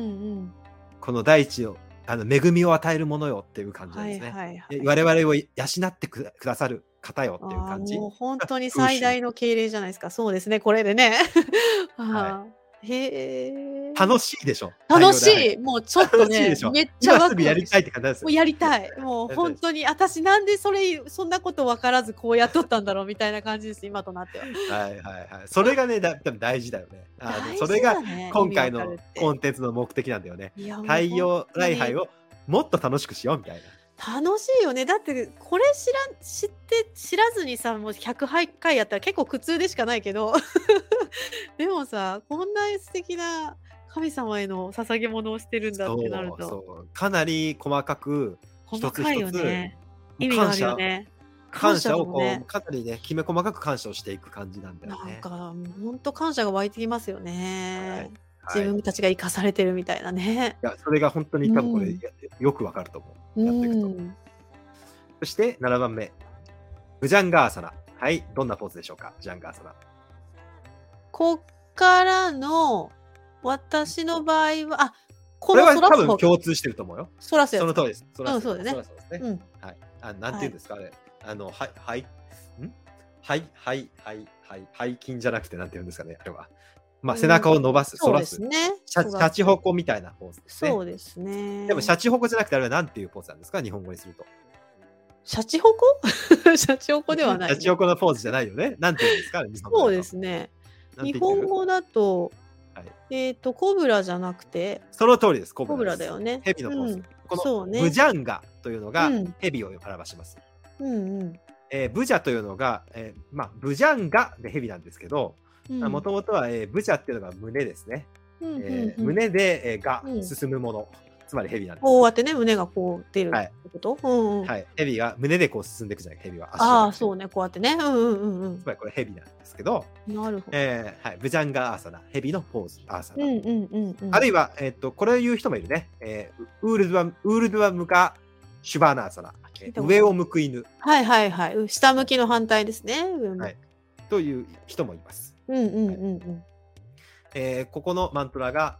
Speaker 1: ん。
Speaker 2: この大地をあの恵みを与えるものよっていう感じなん
Speaker 1: は
Speaker 2: で
Speaker 1: い
Speaker 2: すね。
Speaker 1: はいは
Speaker 2: で
Speaker 1: い。
Speaker 2: 我々を養ってくだくださる方よっていう
Speaker 1: ああ
Speaker 2: 感じ
Speaker 1: ー。もう本当に最大の敬礼じゃないですか。そうですね、これでね。 あーへえ。
Speaker 2: 楽しいでしょ。
Speaker 1: 楽し
Speaker 2: 太陽で
Speaker 1: い。もうちょっと
Speaker 2: 楽しい
Speaker 1: ね
Speaker 2: でし、ょ
Speaker 1: めっちゃ
Speaker 2: 今
Speaker 1: ワクワ
Speaker 2: すぐ
Speaker 1: ク
Speaker 2: やりたいって感じなんです
Speaker 1: も
Speaker 2: よ
Speaker 1: う。やりたい。もう本当に、私なんでそれ、そんなこと分からずこうやっとったんだろうみたいな感じです、今となっては。
Speaker 2: はいはいはい。それがね、だ多分大事だよね。あの
Speaker 1: 大事
Speaker 2: それが
Speaker 1: だね
Speaker 2: 今回
Speaker 1: 意味わ
Speaker 2: の
Speaker 1: かるって
Speaker 2: コンテンツの目的なんだよね。
Speaker 1: いやもう
Speaker 2: 太陽礼拝をもっと楽しくしようみたいな。
Speaker 1: 楽しいよねだってこれ知らん知って知らずにさもう100回やったら結構苦痛でしかないけど でもさこんな素敵な神様への捧げ物をしてるんだってなる
Speaker 2: そう
Speaker 1: と
Speaker 2: そうかなり細かく
Speaker 1: 細
Speaker 2: 一つ
Speaker 1: かいよ
Speaker 2: 一つ
Speaker 1: ね意味が
Speaker 2: 感
Speaker 1: ある
Speaker 2: 謝
Speaker 1: よね
Speaker 2: 感謝をこ
Speaker 1: 感謝もね
Speaker 2: うかなりねきめ細かく感謝をしていく感じなんだ
Speaker 1: な
Speaker 2: よね。
Speaker 1: んか本当感謝が湧いてきますよ
Speaker 2: は
Speaker 1: ね
Speaker 2: い、
Speaker 1: 自分たちが生かされてるみたいなね
Speaker 2: いや、それが本当に多分これ、
Speaker 1: うん
Speaker 2: やよくわかると思う。
Speaker 1: う
Speaker 2: やっていくと。
Speaker 1: ん
Speaker 2: そして7番目。ブジャンガーサナ。はい。どんなポーズでしょうかブジャンガーサナ。
Speaker 1: こっからの私の場合はあこ
Speaker 2: これ
Speaker 1: の
Speaker 2: は
Speaker 1: そら
Speaker 2: 多
Speaker 1: す方
Speaker 2: 分共通してると思うよ。
Speaker 1: そらすや
Speaker 2: その
Speaker 1: つ
Speaker 2: 通りです。そら
Speaker 1: うんそうだね
Speaker 2: そらそうですね。
Speaker 1: うん
Speaker 2: はい。あ、なんて言うんですか、あれ。あの、はい、はい。んはい、はい、はい、はい。背筋じゃなくてなんて言うんですかねあれは。まあ、
Speaker 1: うん
Speaker 2: 背中を伸ばす、
Speaker 1: そ
Speaker 2: そうら。
Speaker 1: ですすね。
Speaker 2: シャ
Speaker 1: そう
Speaker 2: シ
Speaker 1: だ
Speaker 2: ャチホコみたいなポーズですね。
Speaker 1: そうですね。
Speaker 2: でも、シャチホコじゃなくて、あれはなんていうポーズなんですか日本語にすると。
Speaker 1: シャチホコ？ シャチホコではない、
Speaker 2: シャチホコのポーズじゃないよね。なんて言うんですかあれ日本語だと
Speaker 1: そうですね。
Speaker 2: なんて
Speaker 1: 日
Speaker 2: 言ってる
Speaker 1: 本語だと、
Speaker 2: はい
Speaker 1: えっ、とコブラじゃなくて
Speaker 2: その通りです。コ
Speaker 1: コ
Speaker 2: ブ
Speaker 1: ブ
Speaker 2: ラ
Speaker 1: ラ
Speaker 2: で
Speaker 1: だ
Speaker 2: す
Speaker 1: よね。
Speaker 2: 蛇のポーズ。
Speaker 1: うん
Speaker 2: この
Speaker 1: そうね。
Speaker 2: ブジャンガというのが
Speaker 1: うん
Speaker 2: 蛇を表します。
Speaker 1: うんうん
Speaker 2: えーブジャというのが、えーまあ、ブジャンガで蛇なんですけど、
Speaker 1: うん。
Speaker 2: もともとは、えーブジャっていうのが胸ですね。
Speaker 1: うんうんうん
Speaker 2: えー胸で、えーが
Speaker 1: うん
Speaker 2: 進むもの、つまり蛇なんです。
Speaker 1: こうやってね胸がこう出る
Speaker 2: はい
Speaker 1: ってこと？うんうん。
Speaker 2: はい、蛇が胸でこう進んでいくじゃない蛇は足
Speaker 1: ああ
Speaker 2: う
Speaker 1: そうねこうやってね。うんうんうん
Speaker 2: つまりこれ蛇なんですけど、
Speaker 1: うん。なるほど。
Speaker 2: えーはい、ブジャンガアーサナ蛇のポーズアーサ
Speaker 1: う
Speaker 2: ナ、
Speaker 1: んうんうんうん。
Speaker 2: あるいは、えーっとこれを言う人もいるね、えーウールドゥアウールドゥアムガシュバーナアーサナ、え
Speaker 1: 聞いた
Speaker 2: ー
Speaker 1: ことない
Speaker 2: 上を向く犬
Speaker 1: はいはいはい。う下向きの反対ですね。上も
Speaker 2: はいという人もいます。
Speaker 1: うんうんうん
Speaker 2: えーここのマントラが、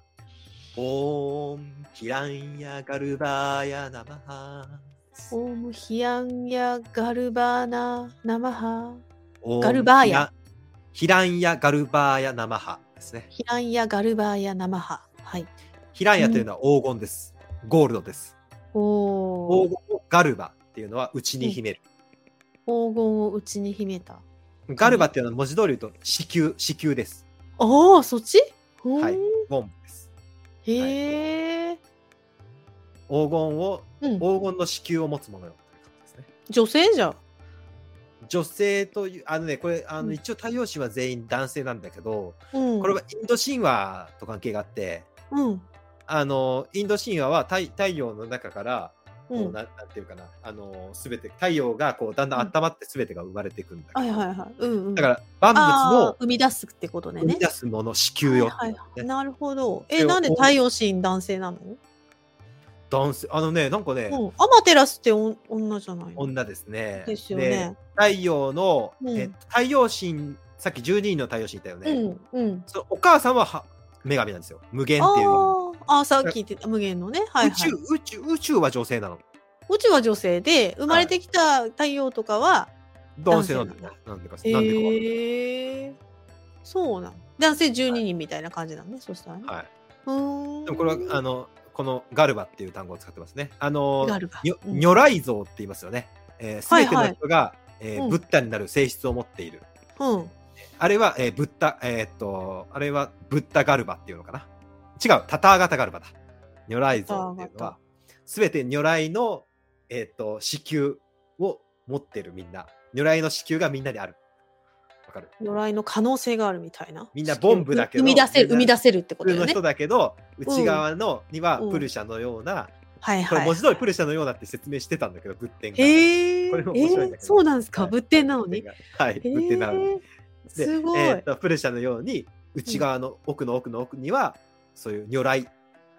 Speaker 2: オーン、ヒランヤ、ガルバーヤ、ナマハ。
Speaker 1: うん。オームヒアンヤガルバーナナマハ。
Speaker 2: オーン
Speaker 1: ガルバーヤ。
Speaker 2: ヒランヤ、ガルバーヤ、ナマハですね。
Speaker 1: ヒランヤガルバーヤナマハ。はい。
Speaker 2: ヒランヤというのは黄金です。ゴールドです。
Speaker 1: おー
Speaker 2: 黄金をガルバっていうのは内に秘める。
Speaker 1: 黄金を内に秘めた。
Speaker 2: ガルバっていうのは文字通り言うと子宮、子宮です。
Speaker 1: ああ、そっちほーん
Speaker 2: はい。ボンです。
Speaker 1: へえ、
Speaker 2: 黄金を、
Speaker 1: うん。
Speaker 2: 黄金の子宮を持つものよ。ですね
Speaker 1: 女性じゃん。
Speaker 2: 女性という、あのね、これ、あ
Speaker 1: う
Speaker 2: の
Speaker 1: ん
Speaker 2: 一応、太陽神は全員男性なんだけど、
Speaker 1: うん。
Speaker 2: これはインド神話と関係があって、
Speaker 1: うん。
Speaker 2: あの、インド神話は太太陽の中から、
Speaker 1: う。
Speaker 2: こうんなんなんていうかな、あの、すべて、太陽がこうだんだん
Speaker 1: うん
Speaker 2: 温まってすべてが生まれていくんだけど、
Speaker 1: はいはいはい。うん、うん。
Speaker 2: だから、万物
Speaker 1: あ
Speaker 2: の
Speaker 1: ー生み出すってことで
Speaker 2: 生み
Speaker 1: ね。
Speaker 2: 出すもの、子宮よ、
Speaker 1: はいはい、
Speaker 2: ね
Speaker 1: なるほど。
Speaker 2: そ
Speaker 1: え、
Speaker 2: れを
Speaker 1: なんで太陽神男性なの、
Speaker 2: 男性、あのね、なんかね、
Speaker 1: うん。アマテラスっておん女じゃないの
Speaker 2: 女ですね。
Speaker 1: ですよね。
Speaker 2: 太陽の、
Speaker 1: うん
Speaker 2: え太陽神、さっき12人の太陽神いたよね。
Speaker 1: うん。うん。
Speaker 2: そのお母さんはは女神なんですよ。無限
Speaker 1: あ
Speaker 2: っていう。
Speaker 1: ーあー、さっき言ってた無限のね。はい、
Speaker 2: 宇
Speaker 1: はい
Speaker 2: 宙。、宇宙、宇宙は女性なの。
Speaker 1: うちは女性で、生まれてきた太陽とかは、
Speaker 2: 男性なんだよ。なんでか、なんでかわかんない。
Speaker 1: へえそうなん。男性12人みたいな感じなんね、そしたらね。
Speaker 2: はい。
Speaker 1: うーん。
Speaker 2: でもこれは、あの、このガルバっていう単語を使ってますね。あの、
Speaker 1: ガルバ
Speaker 2: にょ
Speaker 1: うん
Speaker 2: 如来像って言いますよね。えー、
Speaker 1: はい
Speaker 2: 全て
Speaker 1: はい
Speaker 2: の人が、えー
Speaker 1: うん
Speaker 2: ブッダになる性質を持っている。
Speaker 1: うん。
Speaker 2: あれは、えー、ブッダ、えーっと、あれはブッダガルバっていうのかな。違う、タターガタガルバだ。如来像っていうのは、すべて如来の、えーっと、子宮を持ってるみんな。如来の子宮がみんなにある。わかる
Speaker 1: 如来の可能性があるみたいな。
Speaker 2: みんなボンブだけど
Speaker 1: 生み出せる、生
Speaker 2: み
Speaker 1: み
Speaker 2: んな
Speaker 1: 出せるってこ
Speaker 2: 普
Speaker 1: と
Speaker 2: 通
Speaker 1: よ
Speaker 2: の
Speaker 1: ね
Speaker 2: 人。だけど、
Speaker 1: ん
Speaker 2: 内側のには
Speaker 1: うん
Speaker 2: プルシャのような、
Speaker 1: はい
Speaker 2: こ
Speaker 1: は
Speaker 2: れ
Speaker 1: い。
Speaker 2: 文字通りプルシャのようなって説明してたんだけど、仏典が。
Speaker 1: へえ。
Speaker 2: これも面白いんだけど
Speaker 1: えーそうなんですか。
Speaker 2: はい
Speaker 1: 仏典なのに。
Speaker 2: 仏典がはい、
Speaker 1: へー
Speaker 2: 仏典なのに。です
Speaker 1: ごい。
Speaker 2: えーっとプルシャのように、内側の奥の奥の奥には、そういう如来、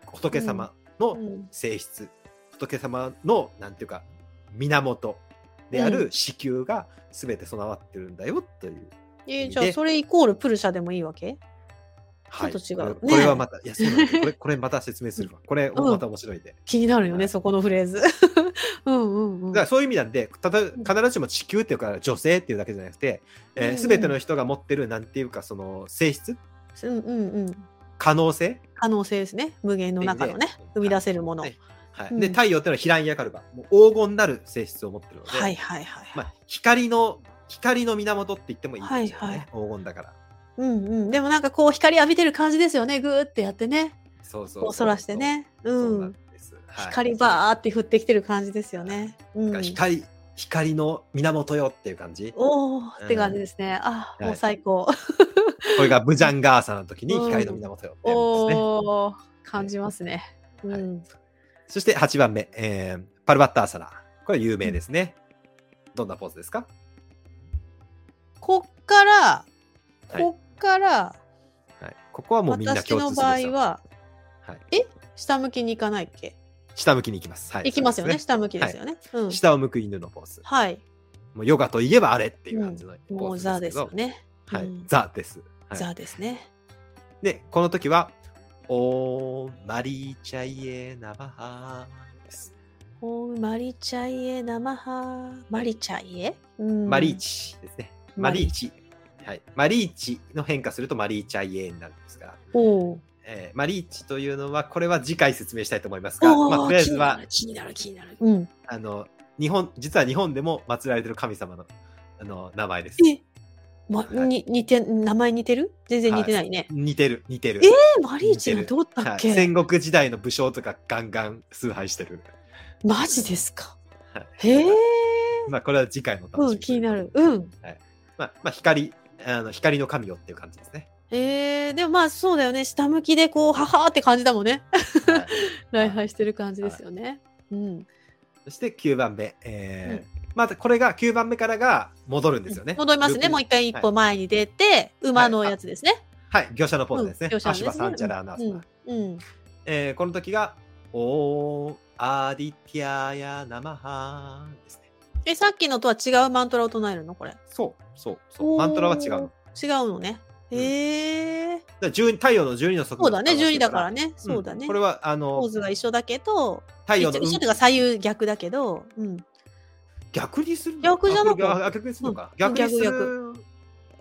Speaker 2: 仏様の
Speaker 1: うん
Speaker 2: 性質、仏様の、なんていうか、源であ
Speaker 1: う
Speaker 2: る子宮が全て備わってるんだよという。
Speaker 1: えーじゃあそれイコールプルシャでもいいわけ
Speaker 2: はい、
Speaker 1: ちょっと違う
Speaker 2: これこれ
Speaker 1: ね
Speaker 2: はまた、いや、そうなん だよこれ、これまた説明するわ。これ、
Speaker 1: うん
Speaker 2: また面白いんで。
Speaker 1: 気になるよ
Speaker 2: は
Speaker 1: ね、
Speaker 2: い
Speaker 1: そこのフレーズ。 うんうんうん。
Speaker 2: だからそういう意味なんで、ただ必ずしも地球っていうか女性っていうだけじゃなくて、え
Speaker 1: うんうん
Speaker 2: ー、全ての人が持ってるなんていうかその性質
Speaker 1: うんうんうん。
Speaker 2: 可能性
Speaker 1: 可能性ですね。無限の中のね
Speaker 2: っていう、
Speaker 1: 生み出せるもの。は
Speaker 2: はいはい、
Speaker 1: うん
Speaker 2: で太陽っていうのはヒランヤカルバもう黄金なる性質を持ってるので、
Speaker 1: はいはいはい。
Speaker 2: まあ、光の光の源って言ってもいいですよね、
Speaker 1: はいはい
Speaker 2: 黄金だから
Speaker 1: うんうん、でもなんかこう光浴びてる感じですよねぐーってやってね
Speaker 2: そうそう
Speaker 1: こうそらしてねう
Speaker 2: そうなん
Speaker 1: ん
Speaker 2: です、
Speaker 1: 光バーって降ってきてる感じですよね、う
Speaker 2: ー
Speaker 1: ん、
Speaker 2: 光光の源よっていう感じ
Speaker 1: お
Speaker 2: こ
Speaker 1: おって感じですね、あ
Speaker 2: い
Speaker 1: もう最高、
Speaker 2: れがブジャンガーサの時に光の源よってやるんですね、
Speaker 1: おお感じますね、うん
Speaker 2: そして8番目、えーパルバッターサラ。これ有名ですね。どんなポーズですか
Speaker 1: こっから
Speaker 2: はい
Speaker 1: こっから、
Speaker 2: はい、ここはもうみんな
Speaker 1: 私
Speaker 2: 共
Speaker 1: の
Speaker 2: 通す
Speaker 1: 場
Speaker 2: る
Speaker 1: 合
Speaker 2: ですよ。
Speaker 1: は
Speaker 2: はい、
Speaker 1: 下向きに行かないっけ、
Speaker 2: 下向きに行きます。はい、
Speaker 1: 行きますよね
Speaker 2: そうで
Speaker 1: 下向きですよね、う
Speaker 2: すね
Speaker 1: ん
Speaker 2: 下を向く犬のポーズ。
Speaker 1: はい
Speaker 2: もうヨガといえばあれっていう感じのポ
Speaker 1: も
Speaker 2: ー
Speaker 1: う
Speaker 2: ズ
Speaker 1: ザ
Speaker 2: で
Speaker 1: です
Speaker 2: すけど、
Speaker 1: よね、
Speaker 2: はい
Speaker 1: うん、
Speaker 2: ザです。はい
Speaker 1: ザですね
Speaker 2: で、この時は、オーマリーチャイエナバハです。
Speaker 1: おーマリチャイエナマハマリチャイエ、うん
Speaker 2: マリーチですね。マリーチ。はい、マリーチの変化するとマリーチャイエになるんですが、
Speaker 1: おー
Speaker 2: えーマリーチというのは、これは次回説明したいと思いますが、
Speaker 1: お
Speaker 2: まあ、
Speaker 1: ー
Speaker 2: とりあえずは、
Speaker 1: 気になる気になる気になる。
Speaker 2: あの、日本、実は日本でも祀られてる神様の、あの、名前です
Speaker 1: う。ん。え、ま、
Speaker 2: はい
Speaker 1: に似て名前似てる？全然似てないね。
Speaker 2: 似てる、似てる。
Speaker 1: え、マリーチがどうだ
Speaker 2: は
Speaker 1: っ
Speaker 2: い、
Speaker 1: け？
Speaker 2: 戦国時代の武将とかガンガン崇拝してる。
Speaker 1: マジですか？
Speaker 2: はい
Speaker 1: へえ。
Speaker 2: まあ、これは次回のお楽しみ
Speaker 1: う
Speaker 2: に
Speaker 1: ん、気になる。うん。
Speaker 2: まあ、まあ、光、あの光の神よっていう感じですね。
Speaker 1: えー、でもまあそうだよね。下向きでこうははーって感じだもんね。
Speaker 2: はい
Speaker 1: 礼拝してる感じですよね。うん。
Speaker 2: そして9番目。えーまたこれが9番目からが戻るんですよね。
Speaker 1: 戻りますね。もう
Speaker 2: 一
Speaker 1: 一回一歩前に出て、馬のやつですね。
Speaker 2: はい、業者のポーズですね。
Speaker 1: うん業者の
Speaker 2: 足場
Speaker 1: ですね
Speaker 2: サンチャラアナウンサー
Speaker 1: うんうん。
Speaker 2: えーこの時が、オーアディティアヤナマハですね。
Speaker 1: え、さっきのとは違うマントラを唱えるのこれ？
Speaker 2: そう、そう、そう。マントラは違うの。
Speaker 1: 違うのね。へえ。
Speaker 2: だから12太陽の12の速
Speaker 1: そ
Speaker 2: 度
Speaker 1: うだね、12だから
Speaker 2: ね。
Speaker 1: ね。そうだね。
Speaker 2: んこれは、
Speaker 1: ポー
Speaker 2: あの、
Speaker 1: ズが一緒だけど、
Speaker 2: 太
Speaker 1: 一
Speaker 2: 陽
Speaker 1: 緒
Speaker 2: の
Speaker 1: 一緒という
Speaker 2: 運
Speaker 1: か左右逆だけど、うん。
Speaker 2: 逆にするの
Speaker 1: 逆じゃなく
Speaker 2: あ逆逆にするのか。
Speaker 1: うん
Speaker 2: 逆にする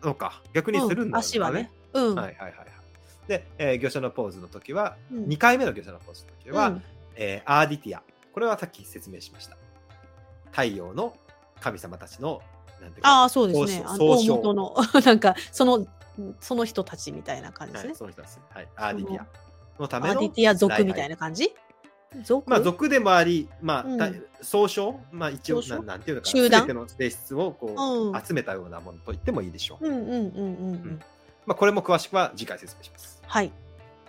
Speaker 2: のか。逆にするん
Speaker 1: うん
Speaker 2: だ
Speaker 1: 足はね。。うん。
Speaker 2: はいはいはいはい。で、えー、魚者のポーズの時は、
Speaker 1: うん
Speaker 2: 2回目の魚者のポーズの時は、
Speaker 1: うん
Speaker 2: えーアーディティア。これはさっき説明しました。太陽の神様たちの、なんていう
Speaker 1: あ
Speaker 2: か、
Speaker 1: あ、そうですね。
Speaker 2: 総
Speaker 1: あの大
Speaker 2: 称総称
Speaker 1: 元の、 なんか、その、その人たちみたいな感じです
Speaker 2: は
Speaker 1: ね
Speaker 2: い、。その人たち。はい、アーディティアのため
Speaker 1: ア
Speaker 2: の。
Speaker 1: ディティア族みたいな感じ族、
Speaker 2: まあ、族でもあり、ま
Speaker 1: う
Speaker 2: あ、
Speaker 1: ん
Speaker 2: た総称、まあ、一
Speaker 1: 総
Speaker 2: 応
Speaker 1: 称
Speaker 2: なん、なんていうのかな、
Speaker 1: 集団
Speaker 2: 全ての性質をこう、
Speaker 1: うん
Speaker 2: 集めたようなものと言ってもいいでしょう。
Speaker 1: うんうんうんうんう
Speaker 2: うん
Speaker 1: ん。
Speaker 2: まあ、これも詳しくは次回説明します。
Speaker 1: はい。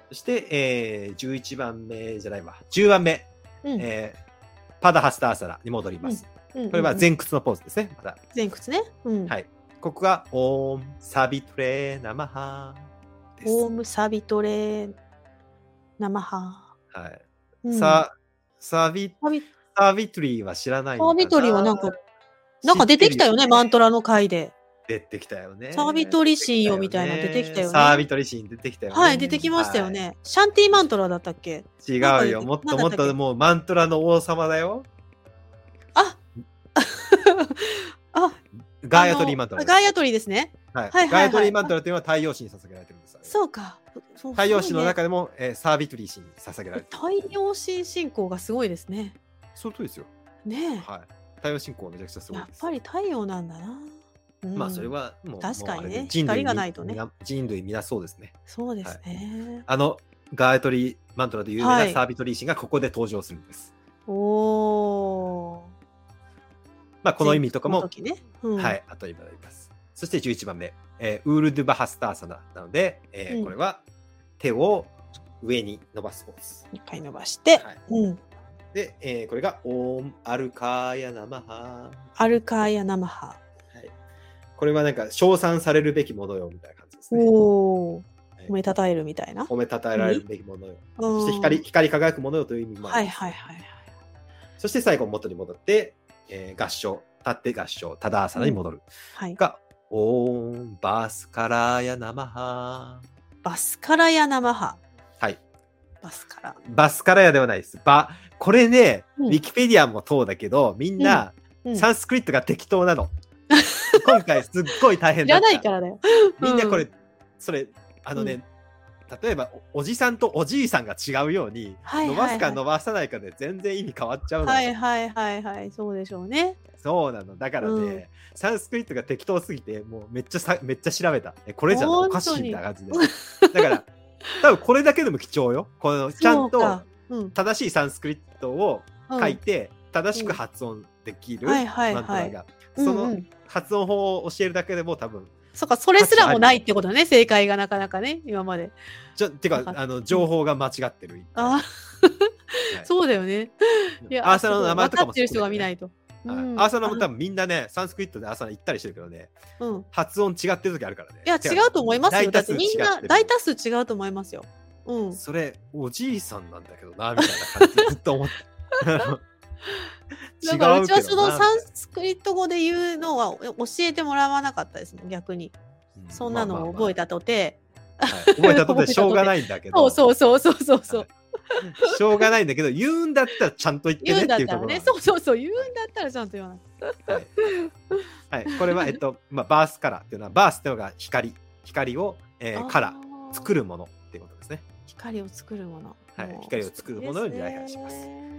Speaker 2: そして、えー、11番目じゃないわ、10番目、
Speaker 1: うん
Speaker 2: えーパダハスターサラに戻ります。
Speaker 1: うんうんうん
Speaker 2: これは前屈のポーズですね。また
Speaker 1: 前屈ね。うん。
Speaker 2: はいここが、オーム、サビトレー、ナマハーです。
Speaker 1: オームサビトレ生ハ。
Speaker 2: はい。
Speaker 1: うん
Speaker 2: さ、サビ、
Speaker 1: サビ
Speaker 2: サビトリーは知らないのか
Speaker 1: サ
Speaker 2: な
Speaker 1: ビトリはなんか、なんか出てきたよね、マント
Speaker 2: ラ。
Speaker 1: ラの回で。
Speaker 2: 出てきたよね。
Speaker 1: サビトリシーよみたいなの出てきたよね
Speaker 2: サビトリシーン出てきたよね。
Speaker 1: はい、出てきましたよね。シャンティマントラだったっけ
Speaker 2: はい。違うよ。もっと
Speaker 1: な
Speaker 2: も
Speaker 1: ん
Speaker 2: っ
Speaker 1: だったっ
Speaker 2: と
Speaker 1: け
Speaker 2: もうマントラの王様だよ。
Speaker 1: ああ、
Speaker 2: ガイアトリーマント
Speaker 1: あ
Speaker 2: ラ
Speaker 1: の
Speaker 2: です。
Speaker 1: ガイアトリーですね。
Speaker 2: は
Speaker 1: は
Speaker 2: い
Speaker 1: いはい
Speaker 2: ガイアトリーマントラというのは太陽神に捧げられてるんです。
Speaker 1: そうか。そう
Speaker 2: 太陽神の中でも、えーサービトリー神に捧げられてる。
Speaker 1: 太陽神信仰がすごいですね。
Speaker 2: そういうことですよ。
Speaker 1: ねえ、
Speaker 2: はい。太陽信仰はめちゃくちゃすごい
Speaker 1: やっ
Speaker 2: です。
Speaker 1: ぱり太陽なんだな。うん
Speaker 2: まあそれはもう
Speaker 1: 確かにね
Speaker 2: もうあれで
Speaker 1: 光がないとね
Speaker 2: 人類み人類皆そうですね。
Speaker 1: そうですね。
Speaker 2: あのガイアトリーマントラで有名
Speaker 1: は
Speaker 2: ないサービトリー神がここで登場するんです。
Speaker 1: おお
Speaker 2: まあ
Speaker 1: ー。
Speaker 2: この意味とかも
Speaker 1: 前屈の時ねうん
Speaker 2: はい、後に戻ります。そして11番目、えーウールドゥバハスターサナなので、えー
Speaker 1: うん
Speaker 2: これは手を上に伸ばすポーズ。
Speaker 1: 一回伸ばして、
Speaker 2: はい、
Speaker 1: うん、
Speaker 2: で、えーこれがオーム・アルカーヤ・ナマハ、
Speaker 1: アルカーやナマハ。
Speaker 2: はい。これはなんか称賛されるべきものよみたいな感じですね。
Speaker 1: おお、
Speaker 2: はい
Speaker 1: 褒めたたえるみたいな。
Speaker 2: 褒めたたえられるべきものよ。
Speaker 1: うん
Speaker 2: そして光光り輝くものよという意味もあ
Speaker 1: は
Speaker 2: る
Speaker 1: いはいはいはい。
Speaker 2: そして最後元に戻って、えー合唱、立って合唱、ただ朝に戻る。
Speaker 1: はい、
Speaker 2: が、オーン・バスカラーヤ・ナマハ。
Speaker 1: バスカラやナマハ。
Speaker 2: はい。
Speaker 1: バスカラ。
Speaker 2: バスカラヤではないです。バ、これね、
Speaker 1: うん
Speaker 2: ウィキペディアもそうだけど、みんな、
Speaker 1: うん
Speaker 2: サンスクリットが適当なの。今回すっごい大変
Speaker 1: いら
Speaker 2: だった。
Speaker 1: ないからだよ。
Speaker 2: みんなこれ、
Speaker 1: う
Speaker 2: それ、あのね、例えばおおじさんとおじいさんが違うように、
Speaker 1: はいはい
Speaker 2: 伸
Speaker 1: はい
Speaker 2: ばすか伸ばさないかで全然意味変わっちゃうの、
Speaker 1: はいはいはいはい、そうでしょうね。
Speaker 2: そうなの。だからね、
Speaker 1: うん
Speaker 2: サンスクリットが適当すぎて、もうめっちゃさめっちゃ調べた。えこれじゃおかしいみたいな感じで。だから、多分これだけでも貴重よ。このちゃん
Speaker 1: そう
Speaker 2: と
Speaker 1: か、うん
Speaker 2: 正しいサンスクリットを
Speaker 1: うん
Speaker 2: 書いて、正しく発音できる
Speaker 1: うんは
Speaker 2: マ
Speaker 1: い
Speaker 2: ント
Speaker 1: はいはい
Speaker 2: ラが、
Speaker 1: うん
Speaker 2: そ
Speaker 1: うん
Speaker 2: の発音法を教えるだけでも多分
Speaker 1: そっか、それすらもないってことね、正解がなかなかね、今まで。
Speaker 2: ちょてか
Speaker 1: あ
Speaker 2: あの情報が間違ってる。
Speaker 1: あ
Speaker 2: はい
Speaker 1: そうだよね。いや
Speaker 2: アーサーの名前と
Speaker 1: 分
Speaker 2: か
Speaker 1: か
Speaker 2: も。
Speaker 1: ってる人が見ないいと。
Speaker 2: はい
Speaker 1: うん
Speaker 2: アーサーの名前多分みんなね、サンスクリットでアーサー行ったりしてるけどね、
Speaker 1: あうん。
Speaker 2: 発音違ってる時あるからね。
Speaker 1: いや、違うと思いますよ。
Speaker 2: 大
Speaker 1: だ
Speaker 2: 多
Speaker 1: って
Speaker 2: 数
Speaker 1: みん
Speaker 2: 違っ
Speaker 1: な
Speaker 2: てる
Speaker 1: 大多数違うと思いますよ。うん。
Speaker 2: それ、おじいさんなんだけどな、みたいな感じでずっと思って。
Speaker 1: だからうちは
Speaker 2: 違け
Speaker 1: そ
Speaker 2: ど
Speaker 1: の
Speaker 2: な
Speaker 1: サンスクリット語で言うのは教えてもらわなかったですもん、逆に。
Speaker 2: みたいな
Speaker 1: そんなのを覚えたとて。
Speaker 2: まあまあまあはい覚 えたとてしょうがないんだけど。
Speaker 1: そうそうそうそうそうそう。
Speaker 2: しょうがないんだけど、言うんだったらちゃんと言って
Speaker 1: 言う
Speaker 2: ね
Speaker 1: んだ
Speaker 2: っ
Speaker 1: って
Speaker 2: いう
Speaker 1: た
Speaker 2: とこ
Speaker 1: ら
Speaker 2: ろなん
Speaker 1: ね。
Speaker 2: です。
Speaker 1: そうそうそう。言うんだったらちゃんと言わない。
Speaker 2: はい、はいこれは、えっと、まあ、バースカラーっていうのは、バースっていうのが光、光を、 えー、カラー、
Speaker 1: ー
Speaker 2: 作るものっていうことですね。
Speaker 1: 光を作るもの。
Speaker 2: はい
Speaker 1: もう
Speaker 2: 光を作るものに代表します
Speaker 1: ですね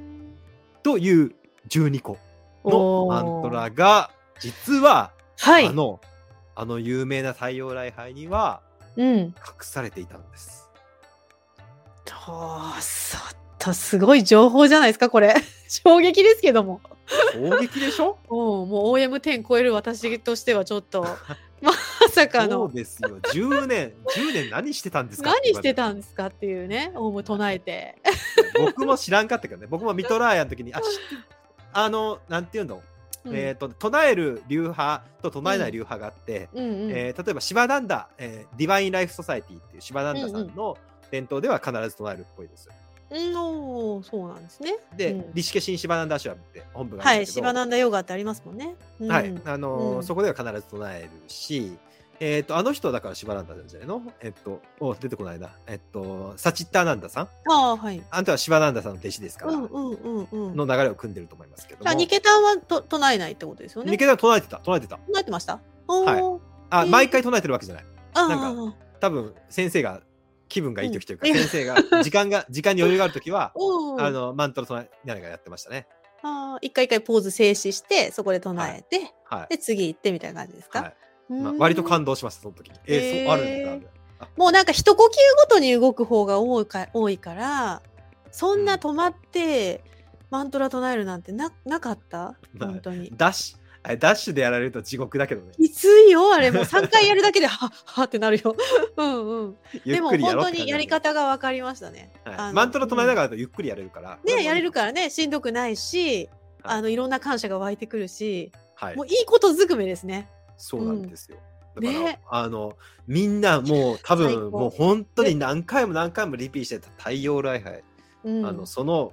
Speaker 2: という12個の
Speaker 1: お
Speaker 2: マ
Speaker 1: ー
Speaker 2: ントラが、実は、
Speaker 1: はい。
Speaker 2: あの、あの有名な太陽礼拝には
Speaker 1: うん。
Speaker 2: 隠されていたんです。
Speaker 1: とそっとすごい情報じゃないですかこれ 衝撃ですけども
Speaker 2: 衝撃で しょ
Speaker 1: もうもう OM10 超える私としてはちょっ とまさか
Speaker 2: そう
Speaker 1: の
Speaker 2: ですよ。10年、10年何してたんですか
Speaker 1: 何してた
Speaker 2: で
Speaker 1: んですかっていうね OM 唱えて
Speaker 2: す僕も知らんかったけどね。僕もミトラーヤの時に、あ、知ってあの、なんていうの
Speaker 1: うん
Speaker 2: えー、と唱える流派と唱えない流派があって、
Speaker 1: うんうん
Speaker 2: えー例えばシバダンダ、えーディバイン・ライフ・ソサエティっていうシバダンダさんの伝統では必ず唱えるっぽいです。
Speaker 1: うんおーそうなんですね
Speaker 2: で、
Speaker 1: うん
Speaker 2: リシケシン・シバダンダ・アシュラムって本部があ
Speaker 1: は
Speaker 2: るんだ
Speaker 1: い
Speaker 2: け
Speaker 1: シ
Speaker 2: ど、
Speaker 1: バナンダヨガってありますもんね、うん
Speaker 2: はいあのー
Speaker 1: うん
Speaker 2: そこでは必ず唱えるし、えー、とあの人だからシバダンダなんじゃないの、えっとお出てこないな、えっとサチッターナンダさん
Speaker 1: あーはい
Speaker 2: あんたはシバダンダさんの弟子ですか
Speaker 1: う
Speaker 2: ら、
Speaker 1: んうんうんうん
Speaker 2: の流れを組んでると思いますけど
Speaker 1: じゃあ
Speaker 2: も。
Speaker 1: ニケタンはと唱えないってことですよね
Speaker 2: ニケタン唱えてた唱えてた
Speaker 1: 唱えてましたおー、
Speaker 2: はいあ、
Speaker 1: えー
Speaker 2: 毎回唱えてるわけじゃない
Speaker 1: あー
Speaker 2: なん多分先生が気分がいい時というか、
Speaker 1: うん
Speaker 2: 先生が時 間が時間に余裕がある時は
Speaker 1: おー
Speaker 2: あのマントの隣にがやってましたね。
Speaker 1: あー一回一回ポーズ静止してそこで唱えて、
Speaker 2: はい。
Speaker 1: で次行ってみたいな感じですか、
Speaker 2: はい。
Speaker 1: うーん
Speaker 2: まあ、割と感動しましたその時に。えー
Speaker 1: へー
Speaker 2: そうあるんだみたいな。あ
Speaker 1: もうなんか一呼吸ごとに動く方が多いか多いからそんな止まってマントラ唱えるなんてななかった
Speaker 2: ない
Speaker 1: 本当に。
Speaker 2: ダッシュあれダッシュでやられると地獄だけどね。
Speaker 1: きついよあれもう 3回やるだけではっはってなるよ。 うんうん、
Speaker 2: ゆ
Speaker 1: で
Speaker 2: っ
Speaker 1: も
Speaker 2: くりや
Speaker 1: 本
Speaker 2: ろう
Speaker 1: 当
Speaker 2: って感
Speaker 1: に
Speaker 2: じ
Speaker 1: や
Speaker 2: なんだ
Speaker 1: り
Speaker 2: けど
Speaker 1: 方が分かりましたね。あ
Speaker 2: はい、
Speaker 1: の
Speaker 2: マントラ唱えながらだとゆっくりやれるから。
Speaker 1: ねやれる
Speaker 2: か
Speaker 1: からねしんどくないし、
Speaker 2: はい
Speaker 1: あのいろんな感謝が湧いてくるし、
Speaker 2: ら。はい
Speaker 1: もう。いいことずくめですね。
Speaker 2: そうなんですよ。
Speaker 1: うん
Speaker 2: だから、
Speaker 1: ね
Speaker 2: あのみんなもう多
Speaker 1: 最
Speaker 2: 分
Speaker 1: 高
Speaker 2: もう本当に何回も何回もリピートしてた太陽礼拝、
Speaker 1: うん、
Speaker 2: あのその、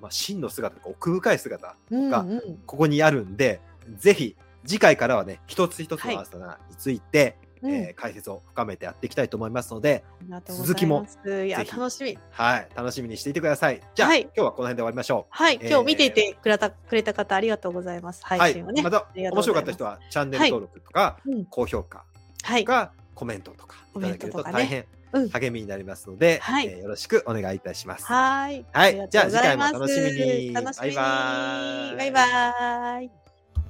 Speaker 2: まあ、真の姿奥深い姿
Speaker 1: うん
Speaker 2: が
Speaker 1: うん
Speaker 2: ここにあるんでぜひ次回からはね一つ一つ
Speaker 1: はい
Speaker 2: のアーサナについて、
Speaker 1: うん
Speaker 2: えー解説を深めてやっていきたいと思いますので、
Speaker 1: ありがとうございます
Speaker 2: 続きも
Speaker 1: いや
Speaker 2: ぜひ
Speaker 1: 楽しみ
Speaker 2: はい、楽しみにしていてください。じゃあ、
Speaker 1: はい
Speaker 2: 今日はこの辺で終わりましょう。
Speaker 1: はい
Speaker 2: えー
Speaker 1: 今日見ていてくれた,、くれた方ありがとうございます
Speaker 2: は
Speaker 1: 配
Speaker 2: い、
Speaker 1: 信をね、
Speaker 2: また
Speaker 1: りがとうご
Speaker 2: 面
Speaker 1: ざ
Speaker 2: 白
Speaker 1: いま
Speaker 2: かっ
Speaker 1: す
Speaker 2: た人はチャンネル登録とか、
Speaker 1: うん
Speaker 2: 高評価
Speaker 1: はい
Speaker 2: とかコメントとかいただけると大変
Speaker 1: コメントとかねうん
Speaker 2: 励みになりますので、
Speaker 1: はい
Speaker 2: えーよろしくお願いいたします。
Speaker 1: はーい。
Speaker 2: はい
Speaker 1: ありがとうございます
Speaker 2: じゃあ次回も楽しみに
Speaker 1: 楽しみに。
Speaker 2: バイバーイ
Speaker 1: バイバーイ。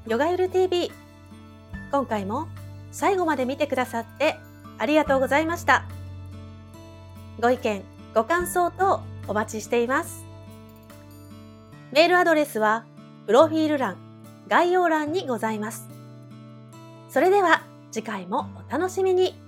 Speaker 3: ヨガユル TV 今回も最後まで見てくださってありがとうございましたご意見ご感想等お待ちしていますメールアドレスはプロフィール欄概要欄にございますそれでは次回もお楽しみに